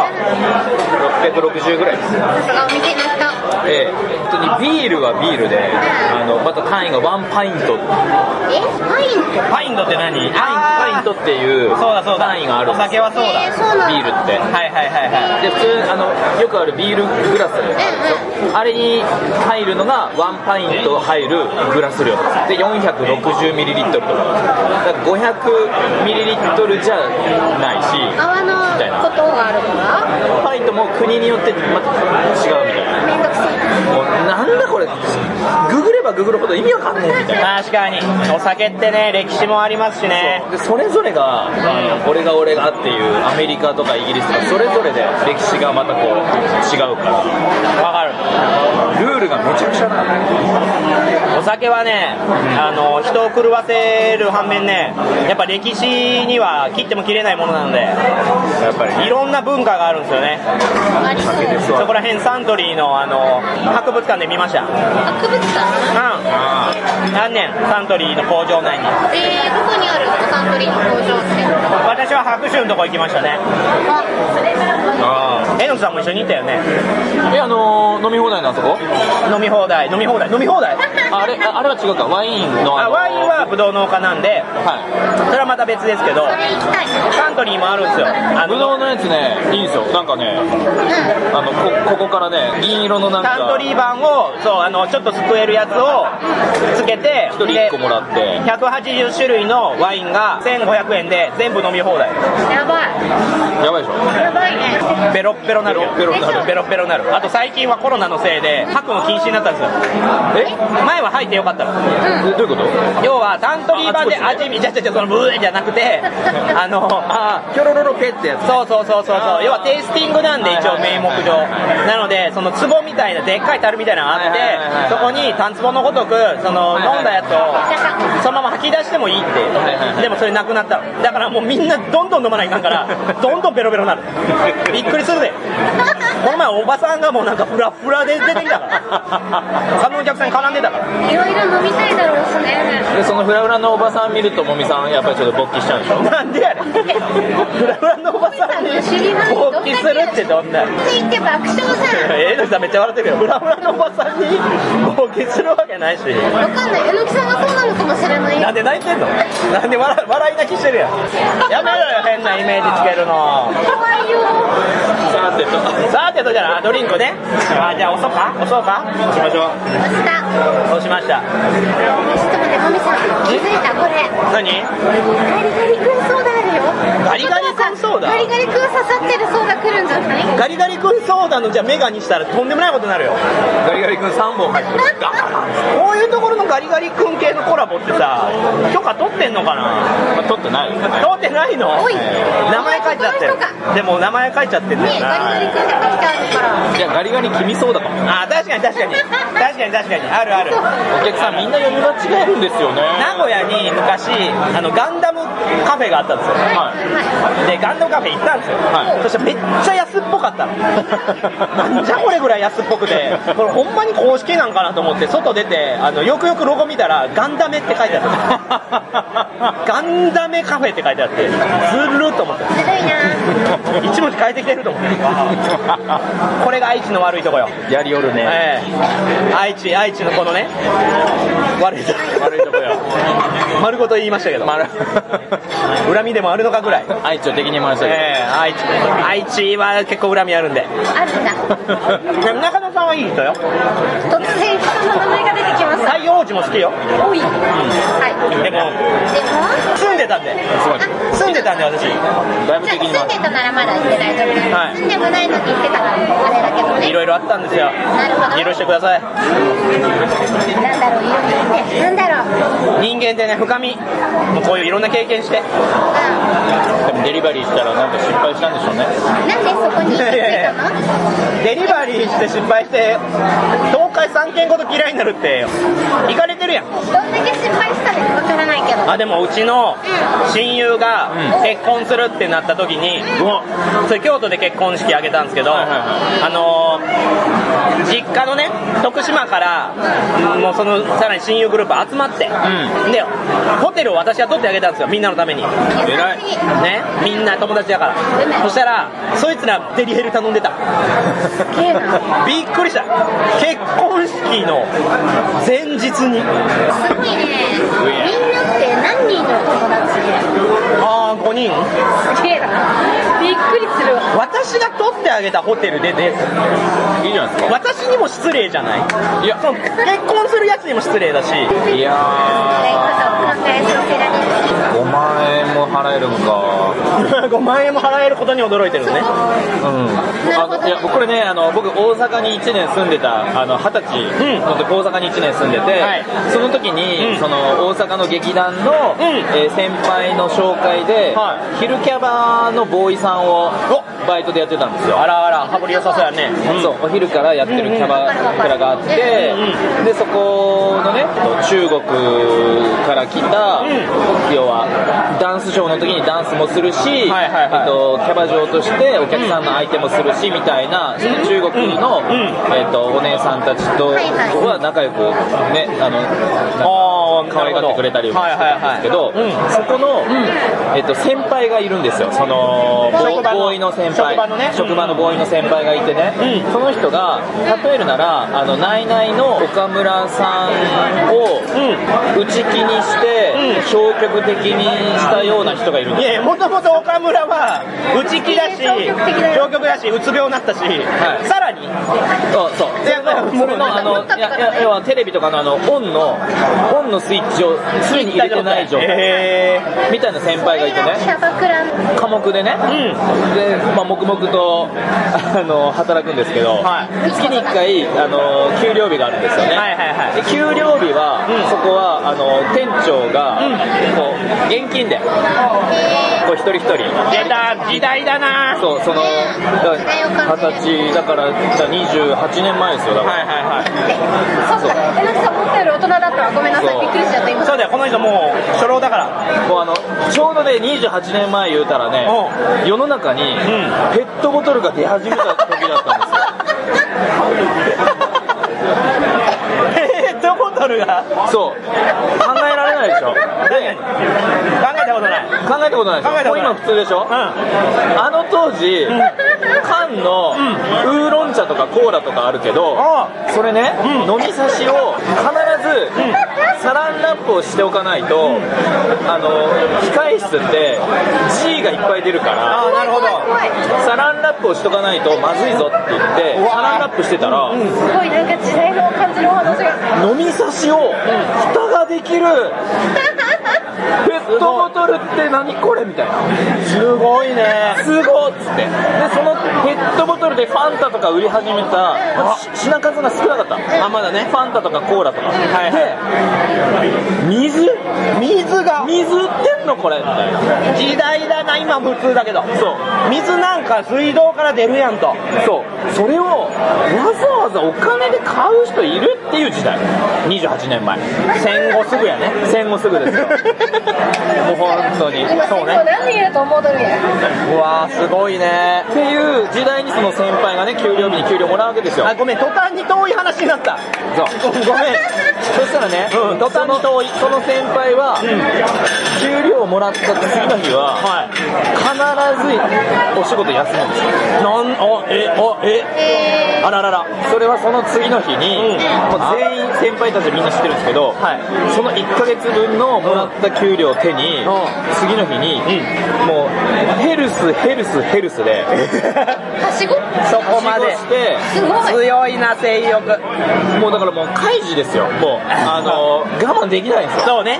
A: 600660ぐらいです
C: さすがお店の人
A: ええ本当にビールはビールであのまた単位がワンパイント
C: えパインって
B: パインドって何
A: パイン
B: あー
A: トっていう
B: そうだそうだ
A: 単位があるん
B: お
A: です
B: 酒はそうだ
C: えーそうなんだ
A: ビールって
B: はいはいはいはい
A: で普通あのよくあるビールグラスあるでしょあれに入るのがワンパイント入るグラス量で 460ml とかだから 500ml じゃないし
C: 泡のことがあるから
A: パイントも国によってまた違うみたいな
C: めんどくさい
A: もうなんだこれググればググるほど意味わかんねえみたいな
B: 確かにお酒ってね歴史もありますしね
A: でそれぞれが、あの俺が俺がっていうアメリカとかイギリスとかそれぞれで歴史がまたこう違うか
B: わかる
A: らルールがめちゃくちゃなの
B: お酒はねあの人を狂わせる反面ねやっぱ歴史には切っても切れないものなので
A: やっぱり
B: いろんな文化があるんですよね
C: ありそう
A: です
B: そ
A: わ
B: こら辺サントリーのあの博物館で見ましたうん
C: 博物館
B: 何年サントリーの工場内に
C: えー、どこにあるのサントリーの工場って
B: 私は白州のとこ行きましたね
C: あそれ
A: あ
B: えのきさんも一緒に行ったよね
A: あえあのー飲み放題のあ <laughs> そこ
B: 飲み放題飲み放題飲み放題
A: ああれああれは違うかワインのあ
B: あ
A: の
B: ワインはブドウ農家なんで
A: は
B: それはまた別ですけど
C: それ行きたい
B: サントリーもあるんですよあ
A: いぶどう
B: の
A: のやつねいいんですよなんかね
C: うん
A: あのこここからね銀色のなんか
B: サントリー版をそうあのちょっとすくえるやつをつけて
A: 一人一個もらって
B: で180種類のワインが1500円で全部飲み放題
D: やばい。
A: やばいでしょ
C: やばいね
B: ベロッベロなる
A: ベロッベロな
B: るベロッベロなるあと最近はコロナのせいで吐くの禁止になったんですよ
A: え
B: 前は吐いてよかったの
A: えどういうこと
B: 要はサントリー版で味見じゃじゃじゃそのブーじゃなくてあのあ
A: キョロロロペってやつ
B: そうそうそうそう
A: あ
B: そ
A: ー
B: う要はテイスティングなんで一応
A: はいはい
B: 名目
A: はい
B: 上なのでその壺みたいなでっかい樽みたいなのがあっ
A: はいはいはいはい
B: てそこに単壺のごとくその
A: はいはい
B: 飲んだやつをそのまま吐き出してもいいって
A: はいはいはい
B: でもそれなくなっただからもうみんなどんどん飲まないか
A: <laughs>
B: んからどんどんベロベロになるびっくりするでこの前おばさんがもうなんかフラフラで出てきたから他のお客さんに絡んでたから
D: いろいろ飲みたいだろうしね。
A: でそのフラフラのおばさん見るともみさんやっぱりちょっと勃起しちゃうんでしょ
B: なんで
A: <laughs>
B: やねんフラフラのおばさんに勃起するってどんな
C: って言って爆笑じ
B: <laughs>
C: ゃん
B: えのきさんめっちゃ笑ってるよフラフラのおばさんに冒険するわけないし
C: わかんないえのきさんがそうなのかもしれない
B: なんで泣いてんのなんで笑笑い泣きしてるやんやめろよ変なイメージつけるの
C: 怖いよ
A: さてと
B: さてどうじゃないあドリンクねあじゃあ押そうか押そうか
A: しましょう
C: 明日
B: 押しました
C: ちょっと待ってマミさん気づいたこれ
B: 何
C: ガリガリ君ソーダあるよ
B: ガリガリ君ソーダ
C: ガリガリ君刺さってるソーダ来るんじゃない <laughs>
B: ガリガリ君ソーダのじゃあメガにしたらとんでもないことになるよ
A: ガリガリ君3本入ってるガーン
B: こういうところのガリガリ君系のコラボってさ許可取ってんのかな
A: まあ、取ってないよね
B: 取ってないの
C: おい
B: 名前書いちゃって
C: この人
B: るでも名前書いちゃってるんだ
C: ね
B: よな
C: ガリガリ君って書いてあるから
A: いやガリガリ君そうだかも
B: あ確かに確かに確かに確かにあるある
A: お客さんみんな読み間違えるんですよね
B: 名古屋に昔あのガンダムカフェがあったんですよ
A: はい
B: でガンダムカフェ行ったんですよ、
A: はい
B: そしたらめっちゃ安っぽかったのなんじゃこれぐらい安っぽくてこれほんまに公式なんかなと思って外出てあのよくよくロゴ見たらガンダメって書いてあったガンダメカフェって書いてあってずるっと思って
C: ずるいな
B: 一文字変えてきてると思ってこれが愛知の悪いとこよ
A: やりよるね
B: ええ、愛知、愛知のこのね、悪いとこ、
A: 悪いとこよ
B: 丸ごと言いましたけど、
A: 丸
B: 恨みでもあるのかぐらい、
A: 愛知を敵に回した
B: え
A: け
B: え、愛知、愛知は結構恨みあるんで、
C: あるんだ
B: でも <laughs> 中田さんはいい人よ、
C: 突然人の名前が出てきました
B: 太陽王子も好きよ、
C: 多いはい
B: でも、
C: で
B: 住んでたんで、
A: ごい
B: 住んでたんで、私、
A: どだいぶ
C: もじゃあ
A: 敵
C: 住
A: に
C: ん
A: 回し
C: でたならまだ行って大丈夫だ、
B: はい
C: 住んでもないのに行ってたらあれだけどね
B: いろいろあったんですよ、
C: なるほど
B: 許してください、
C: なんだろういろいろってなんだろう
B: 人間ってね、深み、もうこういういろんな経験して、
C: う
A: たでもデリバリーしたらなんか失敗したんでしょうね
C: んなんでそこに行き着い
B: いやいや
C: た
B: い
C: の
B: デリバリーして失敗して、東海3軒ごと嫌いになるって、行かれてるやん。
C: どんだけ失敗したのかわからないけど
B: あでもうちの親友が
C: うん
B: 結婚するってなった時に、それ京都で結婚式あげたんですけど、
A: はいはい
B: あのー実家のね徳島から、もうそのさらに親友グループ集まって、でホテルを私が取ってあげたんですよみんなのためにね
A: えらい
C: 優しい
B: みんな友達だからそしたらそいつらデリヘル頼んでた
D: けえな
B: びっくりした結婚式の前日に
C: すごいねみんなって何人の友達
B: ああ5人
D: すげえなびっくりするわ
B: 私が取ってあげたホテルでです
A: いいじゃないです
B: 私にも失礼じゃない
A: かいや
B: そう結婚するやつにも失 <laughs> 礼だし
A: いや
C: やり方を考えさせられるし
A: ー5万円も払えるんか
B: 5万円も払えることに驚いてるのね
A: うん、あのいやこれねあの僕大阪に1年住んでたあの二十歳の時、大阪に1年住んでて、
B: はい
A: その時に、
B: うん
A: その大阪の劇団の、
B: うん
A: えー先輩の紹介で、
B: は
A: 昼キャバのボーイさんを
B: お
A: バイトでやってたんですよ
B: あらあら羽振り良さそうやね
A: そうお昼からやってるキャバクラがあって、
B: う
A: でそこのね中国から来た、要はダンスショーの時にダンスもするし、
B: はいはいはい
A: えっと、キャバ嬢としてお客さんの相手もするし、みたいなその中国の、
B: うん
A: えっと、お姉さんたちと
C: はいはい
A: は仲良くねあの
B: ああ
A: 可愛がってくれたりもしてたんですけど、
B: はいはいはい
A: そこの、えっと、先輩がいるんですよそのボ
B: 職場の
A: ボーイの先輩
B: 職場のね
A: 職場のボーイの先輩がいてね、
B: うん
A: その人が例えるならあのナイナイの岡村さんを内気にして、
B: うん
A: 消極的にしたような人がいるん
B: い
A: です
B: やいやもともと岡村は内気だし
D: 消極的だよ
B: 消極だしうつ病になったし、
A: い
B: さらに
A: そうそう
B: いやもう
A: それのあのいやいや要はテレビとかのあのオンのオンのスイッチを常に入れてない状態
B: え
A: みたいな先輩がいてね
C: キャバクラの
A: 科目でね、で、まあ、黙々とあの働くんですけど、
B: はい
A: 月に1回あの給料日があるんですよ
B: ー
A: ね、
B: はいはいはい
A: で給料日は、
B: うん
A: そこはあの店長が、
B: うん
A: こう現金でこう一人一人
B: 出た時代だな
A: そうそのだ
C: 時代を感じる
A: 二十歳だからじゃあ28年前ですよだから、
B: はいはいはい
D: そっかえなんかさ思ったより大人だったわごめんなさ
A: そ
D: いうびっくりしちゃった今
B: そうだよこの人もう初老だから <laughs>
A: もうあのちょうどね28年前言うたらね世の中にペットボトルが出始めた時だったんですよ
B: <laughs> ペットボトルが考
A: そう。考えられないで
B: <laughs>
A: しょ。で、
B: えたことないうん
A: 考えたことないで
B: 考
A: しょ。
B: え
A: もう
B: たことない
A: 今普通でしょ。
B: は
A: あの当時、缶のウーロン茶とかコーラとかあるけど
B: あ、
A: それね、飲み差しを必ずサランラップをしておかないと、あの、控室って G がいっぱい出るから、
B: あーなるほど
D: 怖い怖い
A: サランラップをしとかないとまずいぞって言って、
B: うわ
A: サランラップしてたら、
D: すごいなんか時代の感じのお話が
A: 飲み差しを蓋ができるペットボトルって何これみたいなすごいねすごっつってでそのペットボトルでファンタとか売り始めたし品数が少なかったあまだねファンタとかコーラとか
B: いは
A: 水
B: い水が
A: 水売ってんのこれみたいな
B: 時代だな今普通だけど
A: そう
B: 水なんか水道から出るやんと
A: そうそれをわざわざお金で買う人いるっていう時代28年前
B: 戦後すぐやね
A: 戦後すぐ
B: <laughs>
A: ですよもう本当に
D: 今
B: そうね
D: 結構何人いると思うとるんや
B: うわーすごいね
A: っていう時代にその先輩がね給料日に給料もらうわけですよ
B: あごめん途端に遠い話になった
A: そう
B: ごめん
A: そしたらね、
B: うん
A: 途端に遠いその先輩は、給料をもらった次の日は
B: はい
A: 必ずお仕事休むんですよ
B: なんあえあえ
C: え
B: あららら
A: それはその次の日に、
B: うん
A: もう全員先輩たちみんな知ってるんですけど、
B: はい
A: その1ヶ月分のもらった給料を手に、
B: うん
A: 次の日に、もうヘルスヘルスヘルスで
C: ー、はしご
B: そこ
A: は
B: まで
A: しごして
C: すごい
B: 強いな性欲
A: もうだからもう開示ですよもうあの我慢できないんですよ
B: そうね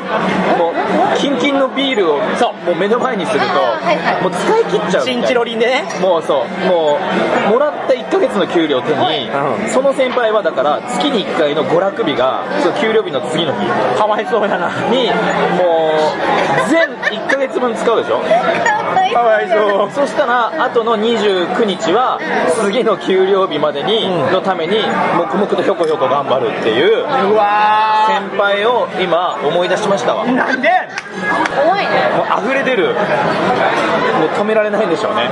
A: もうキンキンのビールをそうもう目の前にすると、
C: あーはいはい
A: もう使い切っちゃうみたいな
B: チンチロリンでね
A: もうそうもうもらった1ヶ月の給料を手に、
B: は
A: その先輩はだから月に1回の娯楽日がその給料日の次の日
B: かわいそうやな
A: にもう全1ヶ月分使うでしょ
B: かわいそう
A: そしたらあとの29日は次の給料日までに、
B: うん
A: のために黙々とひょこひょこ頑張るっていう
B: うわ
A: 先輩を今思い出しましたわ
B: ーなんで
D: 重いね
A: もう溢れ出るもう止められないんでしょうね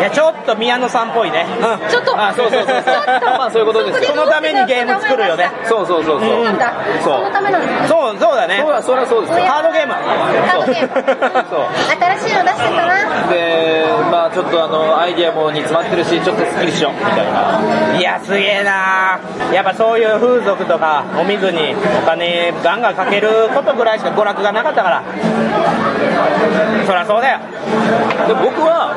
B: いやちょっと宮野さんっぽいね、うん
D: ちょっと
A: あそうそうそうそう
D: ちょっと
A: まあそういうことですよ
B: そのためにゲーム作るよね
A: そうそうそうそう
D: そうなんだ
A: そう
D: そのためなんだ
B: そうそうだね
A: そうだそりゃそうですよ
B: カードゲーム
D: カードゲーム
A: そう
D: 新しいの出してたな
A: でまあちょっとあのアイディアも煮詰まってるしちょっとスッキリしようみたいない
B: やすげえなやっぱそういう風俗とかお水にお金ガンガンかけることぐらいしか娯楽がなかったからそりゃそうだよ
A: で僕は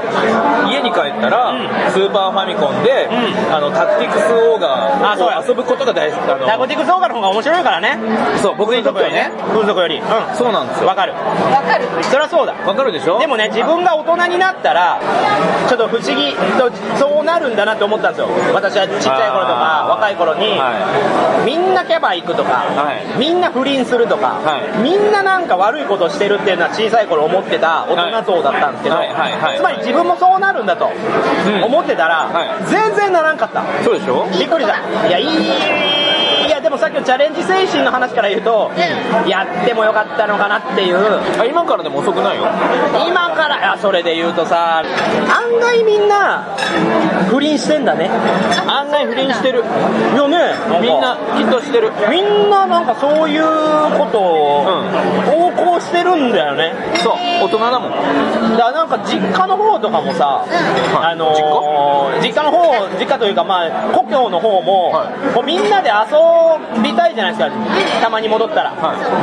A: 家に帰ったら、スーパーファミコンで、
B: ん
A: あのタクティクスオーガ
B: あそうや
A: ーを遊ぶことが大好きあの
B: ダゴティクスオーガの方が面白いからね
A: そう僕にとってはね
B: 風俗よりうん
A: そうなんですよ
B: わかる
D: わかる
B: そりゃそうだ
A: わかるでしょ
B: でもね自分が大人になったらちょっと不思議とそうなるんだなって思ったんですよ私はちっちゃい頃と
A: あ
B: か
A: ー
B: 若い頃に、
A: は
B: みんなキャバ行くとか、
A: はい
B: みんな不倫するとか、
A: はい
B: みんななんか悪いことしてるっていうのは小さい頃思ってた大人像だったんですけど、
A: はいはいはいはい
B: つまり自分もそうなるんだと
A: ん
B: 思ってたら、
A: はい
B: 全然ならんかった
A: いそうでしょ
B: びっくりしたいやいいいやでもさっきのチャレンジ精神の話から言うと、
D: う
B: やってもよかったのかなっていう
A: あ今からでも遅くないよ
B: 今からあそれで言うとさ案外みんな不倫してんだね
A: 案外不倫してる
B: よね
A: みんなきっとしてる
B: みんななんかそういうことを投稿してるんだよね、
A: そう大人だもん
B: だからなんか実家の方とかもさ、
D: うん
B: あのー実家の方実家というかまあ故郷の方も、
A: はい
B: こうみんなで遊びたいじゃないですかたまに戻ったら、
A: はい
D: そう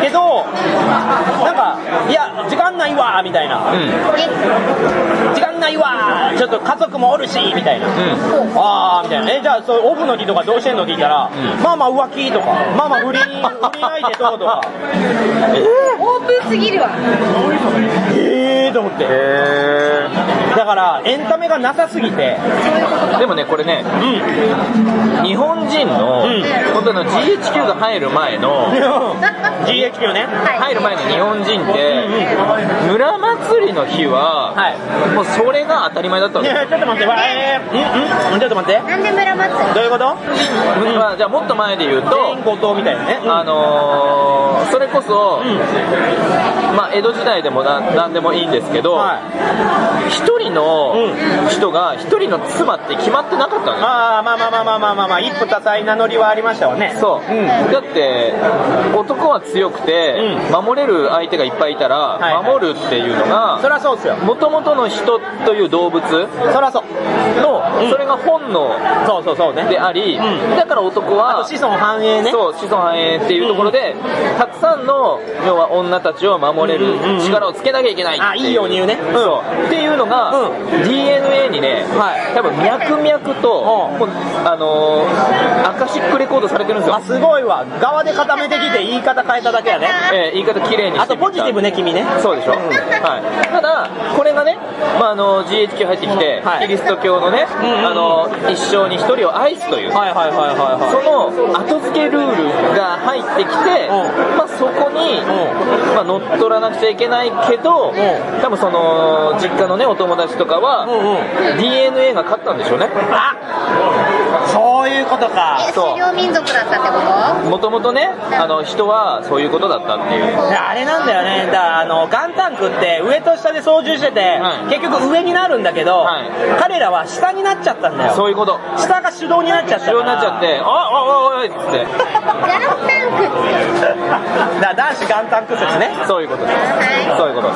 D: ね
B: けどなんかいや時間ないわーみたいな、
A: うん
D: ね
B: 時間ないわーちょっと家族もおるしみたいな、
A: うん
D: こう
B: あーみたいなえじゃあそうオフの日とかどうしてんのって聞いたら、
A: ん
B: まあまあ浮気とかまあまあ不倫不倫相手どうとか
D: オープンすぎるわ
B: ええー、と思って
A: へ
B: だからエンタメがなさすぎて
A: えでもねこれね
B: うん
A: 日本人の、
B: うん
A: 本当あの GHQ が入る前の
B: GHQ ね
A: 入る前の日本人っ
B: うん
A: て村祭りの日は、
B: はい
A: もうそれが当たり前だったわ
B: い
A: けです
B: やちょっと待ってわえー、うんうんちょっと待って
D: なんで村祭
B: どういうこと
A: まあじゃあもっと前で言うと
B: 全後藤みたいなね
A: あのーそれこそ、まあ、江戸時代でもな何でもいいんですけど
B: はい、
A: 一、人の人が一人の妻って決まってなかったのよ
B: ああまあまあまあまあまあまあ、まあ、一夫多妻なノリはありましたわね
A: そう、
B: うん
A: だって男は強くて、守れる相手がいっぱいいたら、
B: いはい
A: 守るっていうの
B: そ
A: が
B: りゃそうっすよ
A: もともとの人という動物
B: そりゃそう
A: の、
B: うん
A: それが本能
B: そうそうそうね
A: であり、
B: うん
A: だから男
B: あ
A: は
B: と子孫繁栄ね
A: そう子孫繁栄っていうところで、たくさんの要は女たちを守れ
B: うんうんう
A: る
B: ん
A: 力をつけなきゃいけないっていう
B: あいいように言うねうん
A: そうっていうのが、
B: う
A: DNA にね、
B: はい
A: 多分脈々と、
B: うん
A: もうあのーアカシックレコードされてるんですよ
B: あ、すごいわ側で固めてきて言い方変えただけ
A: <laughs>
B: やね
A: えー言い方綺麗にしてみた
B: あとポジティブね君ね
A: そうでしょ、はい、ただこれがね、まあ、あの GHQ 入ってきて、
B: はい
A: キリスト教のね、
B: んうんうん
A: あの一生に一人を愛すという、
B: はいはいはいはいはい
A: その後付けルールが入ってきて、
B: うん
A: まあ、そこに、
B: ん
A: まあ、乗っ取らなくちゃいけないけど、
B: ん
A: 多分その実家のねお友達とかは、
B: うんうん
A: DNA が勝ったんでしょうね
B: あそういうこと
D: え
B: か
A: そう
D: 狩猟民族だったってこ
A: もともとねあの人はそういうことだったっていう
B: あれなんだよねだからあのガンタンクって上と下で操縦してて、
A: はい
B: 結局上になるんだけど、
A: はい
B: 彼らは下になっちゃったんだよ
A: そういうこと
B: 下が手動になっちゃった
A: 主
B: から
A: 要になっちゃって「あおいおいおい」っつって
D: とガラスタンク
B: だから男子ガンタンク説ね
A: そういうことです
D: は
A: そういうことで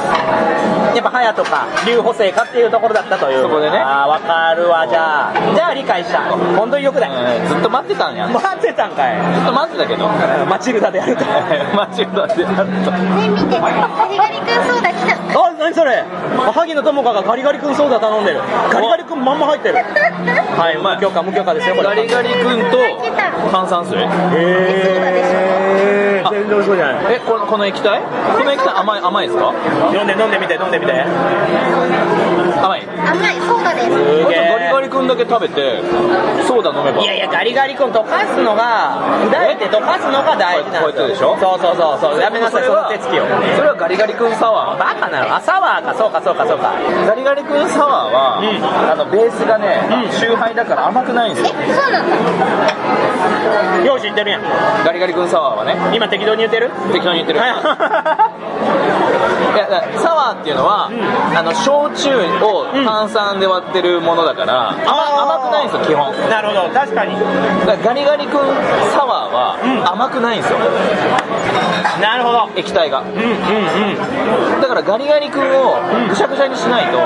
A: す
B: やっぱ隼人か劉補正かっていうところだったという
A: そこでね
B: ああ分かるわじゃあじゃあ理解した本当によくない、
A: うんずっと待ってたんやず
B: 待ってたんかい
A: っと待ってたけど <laughs>
B: マチルダでやると
A: マジでやった
D: いね見てガリガリ君そうだ来た
B: あ、何それ萩野友香がガリガリ君ソーダ頼んでるガリガリ君まんま入ってるはい、まあ、無許可無許可ですよこれ
A: ガリガリ
D: 来
A: 君
D: た
A: と炭酸水
B: へ
A: ー
B: 全然そうじゃない
A: えこのこの液体この液体甘い甘いですか
B: 飲んで飲んでみて飲んでみて
A: 甘い
D: 甘いそうだです
B: す
A: ガ
B: げ
A: リ
B: え
A: ガリ君だけ食べてソーダ飲めば
B: いやいやガリガリ君溶かすのが砕いて溶かすのが大事なん
A: こうやってでしょ
B: そうそうそうそうやめなさいそ
A: れ
B: の
A: は
B: 手つきを
A: それはガリガリ君サワ
B: バカなのあサワーかそうかそうかそうか
A: ーガリガリ君サワーは、
B: うん
A: あのベースがね、
B: うん
A: シューハイだから甘くないんですよ
D: えそうなんだ
B: よし言ってるやん
A: ガリガリ君サワーはね
B: <laughs> 今適当に言ってる
A: 適当に言ってる、
B: はい
A: いやだサワーっていうのは、あの焼酎を炭酸で割ってるものだから、甘甘くないんですよ基本
B: なるほど確かに
A: だからガリガリ君サワー
B: うん
A: は甘くないんですよ
B: なるほど
A: 液体が
B: うんうんうん
A: だからガリガリ君をぐしゃぐしゃにしないと、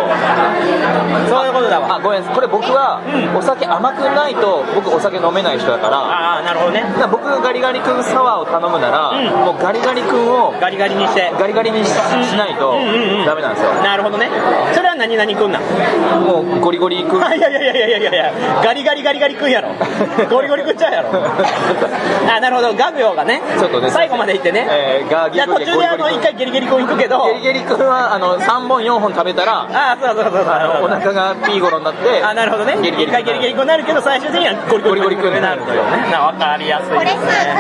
B: そういうことだわ
A: あごめんなさいこれ僕は
B: うん
A: お酒甘くないと僕お酒飲めない人だから
B: ああなるほどね
A: だから僕ガリガリ君サワーを頼むなら、
B: うん
A: もうガリガリ君を
B: ガリガリにして
A: ガリガリにししないと
B: うんうんうん
A: ダメなんですよ、
B: なるほどねそれは何々くんなん
A: もうゴリゴリ君
B: あいやいやいやいやいやいやガリガリガリガリくんやろゴリゴリくんちゃうやろあなるほど画鋲がね
A: ちょっとね
B: 最後までいってね、
A: <laughs> えーガーギ
B: いや途中であの一回ゲリゲリくん行くけど
A: ゲリゲリ君はあの3本4本食べたら
B: ああそうそうそうそう
A: あのお腹がピーゴロになって
B: あなるほどね
A: ゲリゲリ
B: 一回ゲリゲリくんなるけど最終的にはゴリゴリくんになるというねな分かりやすい
D: これさ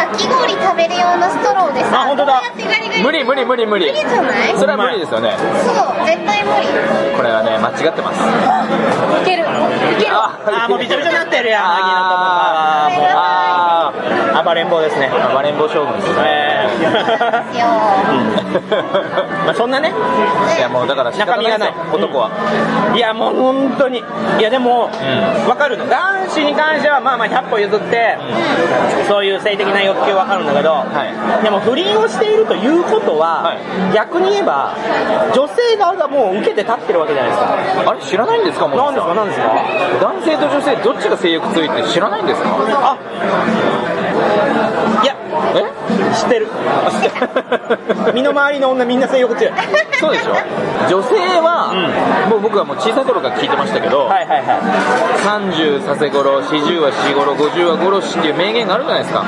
D: かき氷食べる用のストローでさ
B: あ本当だ
D: こうやってガリガリ
A: 無理無理無理無
D: 無
A: 理
D: 理じゃない
A: それは無理ですよね
D: そう絶対無理
A: これはね間違ってます
D: いけるいける
B: あーもうびちゃびちゃになってるやん
A: あー
B: 萩野とも
A: あー
B: あー暴れん坊ですね
A: 暴れん坊将軍ですね
B: えー
D: よ
B: まあそんなね
A: いやもうだから仕方ないですよ
B: 中身がない
A: 男は、
B: いやもう本当にいやでも、
A: ん
B: 分かるの男子に関してはまあまあ100歩譲って、そういう性的な欲求分かるんだけど、
A: はい
B: でも不倫をしているということは、
A: はい
B: 逆に言えば女性側がもう受けて立ってるわけじゃないですか
A: あれ知らないんですかも
B: 何ですか何ですか
A: 男性と女性どっちが性欲強いって知らないんですか
B: あいや
A: え
B: 知ってる <laughs> 身の回りの女みんな性欲強い
A: そうでしょ女性は、もう僕はもう小さい頃から聞いてましたけど、
B: はいはいは
A: 30させ頃40は死頃50は頃死っていう名言があるじゃないですか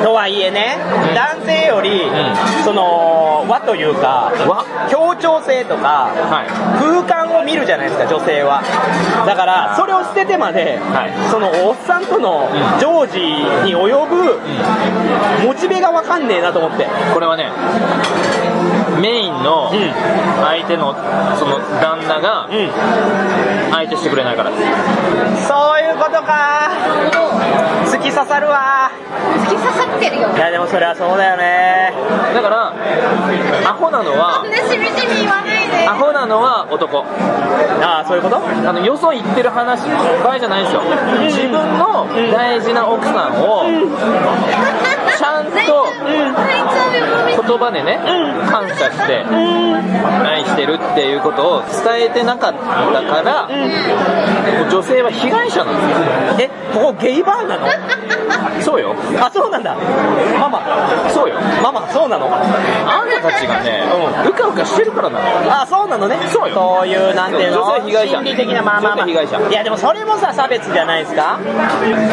B: いとはいえね、男性より、
A: ん
B: その和というか
A: 和
B: 協調性とか、
A: は
B: 空間を見るじゃないですか女性はだからそれを捨ててまで、
A: はい
B: そのおっさんとの
A: うん
B: 常時に及ぶモチベが分かんねえなと思って
A: いこれはねメインの
B: うん
A: 相手のその旦那が
B: うん
A: 相手してくれないからです
B: そういうことか突き刺さるわ
D: 突き刺さってるよ
B: いやでもそれはそうだよね
A: だからアホな
D: そ
A: のは
D: んなしみじみ言わないで
A: アホなのは男
B: ああそういうこと
A: あのよそ言ってる話場合じゃないんですよ自分の大事な奥さんをちゃんと
D: 泣いちゃうよもみ
A: 言葉でね感謝して愛してるっていうことを伝えてなかったから女性は被害者なん
B: えここゲイバーなの
A: ですよ <laughs> そうよ
B: あそうなんだママ
A: そうよ
B: ママそうなの
A: あんたたちがねうかうかしてるからなのよ
B: あそうなのね
A: そうよ
B: いうなんていうの
A: 女性被害者
B: 心理的なまあまあま
A: 女
B: あ
A: 性被害者
B: いやでもそれもさ差別じゃないですか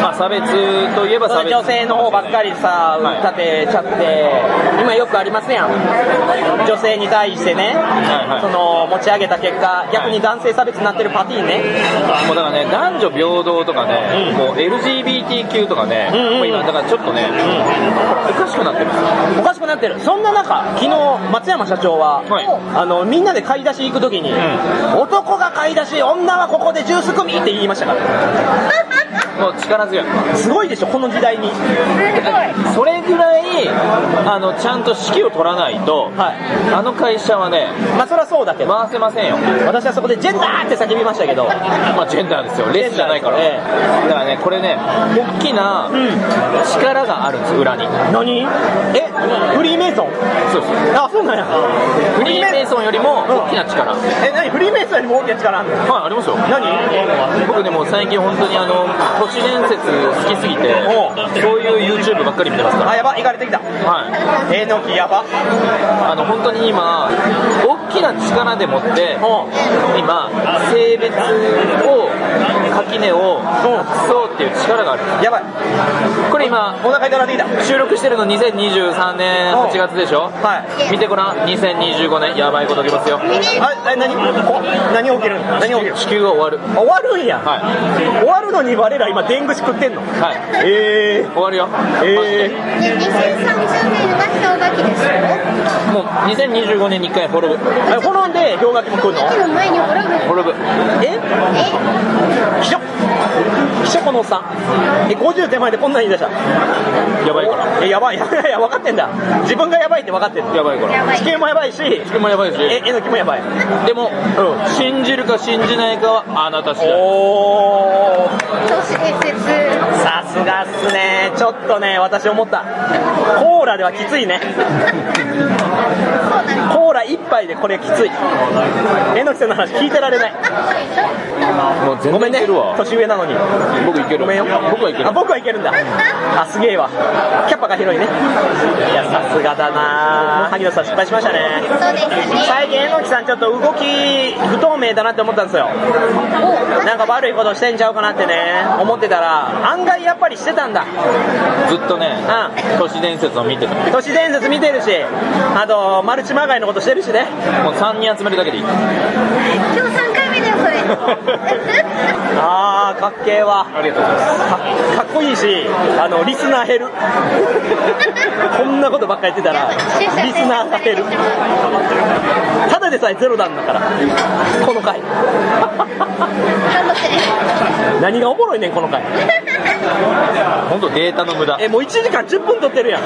A: まあ差別といえば差別
B: 女性の方ばっかりさ
A: はい
B: 立てちゃって、今よくありますやん女性に対してね、
A: いはい
B: その持ち上げた結果逆に男性差別になってるパティね、
A: もうだからね男女平等とかね、もう LGBTQ とかね、
B: うんうんうん
A: もう今だからちょっとね、おかしくなってます
B: おかしくなってるそんな中昨日松山社長は、
A: はい
B: あのみんなで買い出し行く時に、
A: ん
B: 男が買い出し女はここでジュース組って言いましたから
A: もう力強い
B: すごいでしょこの時代に
A: それぐらいあのちゃんと指揮を取らないと、
B: はい
A: あの会社はね
B: まあそりゃそうだけど、
A: 回せませんよ
B: 私はそこでジェンダーって叫びましたけど
A: まあジェンダーですよレスじゃないから、
B: ジェン
A: だからねこれね大きな力があるんです裏に
B: 何えフリーメイソン
A: そうです
B: あそうなんや
A: フリーメイソンよりも大きな力、はい
B: え何フリーメイソンよりも大きな力あんの
A: ありますよ
B: 何
A: 僕でも最近本当にあの都市伝説好きすぎて
B: お
A: そういう YouTube ばっかり見てますから
B: あやばいかれてきた
A: はい
B: えのきやば
A: あの本当に今大きな力でもって
B: おう
A: 今性別を垣根をなくそうっていう力がある
B: やばい
A: これ今
B: お腹痛なってきた
A: 収録してるの2023年8月でしょ
B: はい
A: 見てごらん2025年やばいこと起きますよ
B: あえ何お何起きる何起きる
A: 地球が終わる
B: 終わるんや、
A: は
B: 終わるのに我ら今でんぐし食ってんの
A: いはい
B: え
A: 終わるよ
B: え
A: マジ
D: 2030
A: で
D: 年が氷河期でしょ
A: もう2025年に1回滅ぶ
B: え滅んで氷河期も来んの
D: 氷河期の前に滅ぶ
A: 滅ぶ
B: え
D: え
B: 秘書秘書このおっさんえ50手前でこんなに言い出した
A: やばいから
B: えやばい <laughs> いやいや分かってんだ自分がやばいって分かってんだ
A: やばいから
C: やばい
B: 地球もやばいし
A: でもやばいし
B: ええのきもやばい
A: でも、信じるか信じないかはあなた次第
B: おお
C: 都市伝説
B: さすがっすねちょっとね私思ったコーラではきついね
C: そうなんです
B: コーラ一杯でこれきついえのきさんの話聞いてられない
A: もう
B: ご
A: 全
B: め
A: 然い
B: んね
A: けるわ
B: 年上なのに
A: 僕いける
B: ごめんよ
A: 僕はいける
B: あ僕はいけるんだあすげえわキャパが広いねいやさすがだな萩野さん失敗しましたね
C: そうでしたね
B: 最近えのきさんちょっと動き不透明だなって思ったんですよなんか悪いことしてんちゃうかなってね思ってたら案外やっぱりしてたんだ
A: ずっとね
B: う
A: 都市伝説を見てた
B: 都市伝説見てるしあとマルチマガイのことしてるしね
A: もう3人集めるだけでいい
C: 今日3回目だよそれ
B: あーかっけえわ
A: ありがとうございます
B: かかっこいいしあのリスナー減るこんなことばっかり言ってたら
C: 出社
B: リスナーが減るただでさえゼロなんだからこの回
C: 感動する
B: 何がおもろいねんこの回
A: 本当データの無駄
B: えもう1時間10分撮ってるやん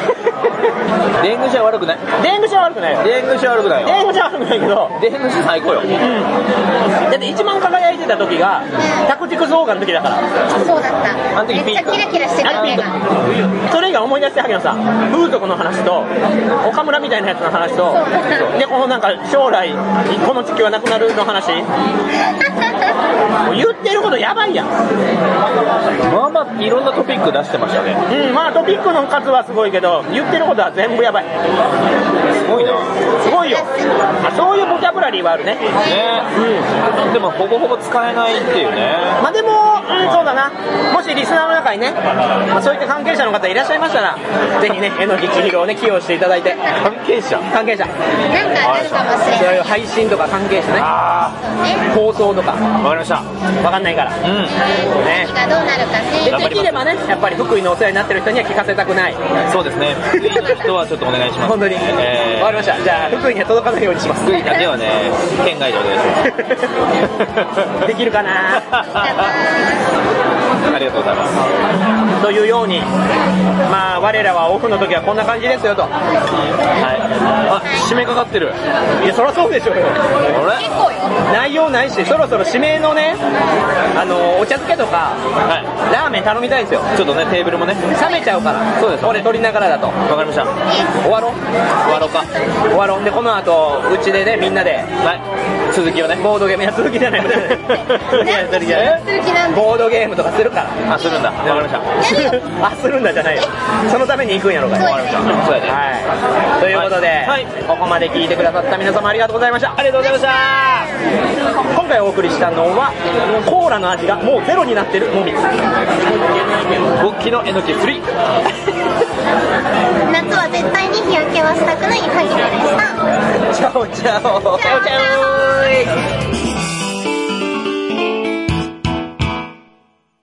A: 電グシは悪くない
B: 電グシは悪くないよ
A: 電グシは悪くないよ
B: 電グシは悪くないけど
A: 電グシ最高よ
B: だって一番輝いてた時が宅軸増加の時だから
C: そうだった
A: あの時
C: めっちゃキラキラしてた目が
B: それ以外思い出して萩野さん風俗の話と岡村みたいなやつの話と
C: そうだった
B: でこのなんか将来この地球はなくなるの話もう言ってることやばいやん
A: まあまあいろんなトピック出してましたね
B: うんまあトピックの数はすごいけど言ってることは全部やばい
A: すごいなね
B: すごいよあそういうボキャブラリーはあるね
A: でもほぼほぼ使えないっていうね
B: まあでも、うん、そうだなもしリスナーの中にね、まあ、そういった関係者の方いらっしゃいましたらぜひねえのきちひろをね寄与していただいて
A: 関係者
B: 関係者
C: なんかあるかもし
B: そう
C: れない
B: いう
C: よ
B: 配信とか関係者ね
A: あ
C: ね
B: 放送とか
A: あわかりました
B: わかんないから
A: うん
C: <laughs>
B: ね
C: 何がどうなるか
B: で
C: ね
B: できればねやっぱり福井のお世話になってる人には聞かせたくない
A: そうですね。ツイートはちょっとお願いします。
B: 本当に、
A: え
B: わかりましたじゃあ福井には届かないようにします
A: ー、福井だけはね、県外でお願いします。
B: できるかな
A: <laughs> ありがとうございます。
B: というようにまあ我らはオフの時はこんな感じですよと
A: はい。あ、締めかかってる。
B: いやそりゃそうでしょうよ
A: あれ
C: 結構よ
B: 内容ないしそろそろ指名のねあのお茶漬けとか
A: は
B: ラーメン頼みたいんですよ
A: い。ちょっとね、テーブルもね。
B: 冷めちゃうから
A: そうです
B: 俺取りながらだと
A: わかりました。終
B: 終わろう
A: わろうか。は
B: 終わろうでこの後うちでねみんなで
A: い。続きをね。
B: ボードゲームや続きじゃない続きじゃない続きじゃない
C: する気なんで
B: ボードゲームとかするから
A: あ、するんだ。わかりました。
B: <laughs> あするんだじゃないよそのために行くんやろうか
C: そ
B: ら
C: うですね
A: そうやね。
B: はい、ということで、
A: はい
B: ここまで聞いてくださった皆様ありがとうございましたありがとうございました今回お送りしたのはコーラの味がもうゼロになってるもみ
A: 勃起のえのき3。
C: 夏は絶対に日焼けはしたくないハイジでし
B: チ
C: た
B: ャオチャオ
C: チャオチャオ
B: オ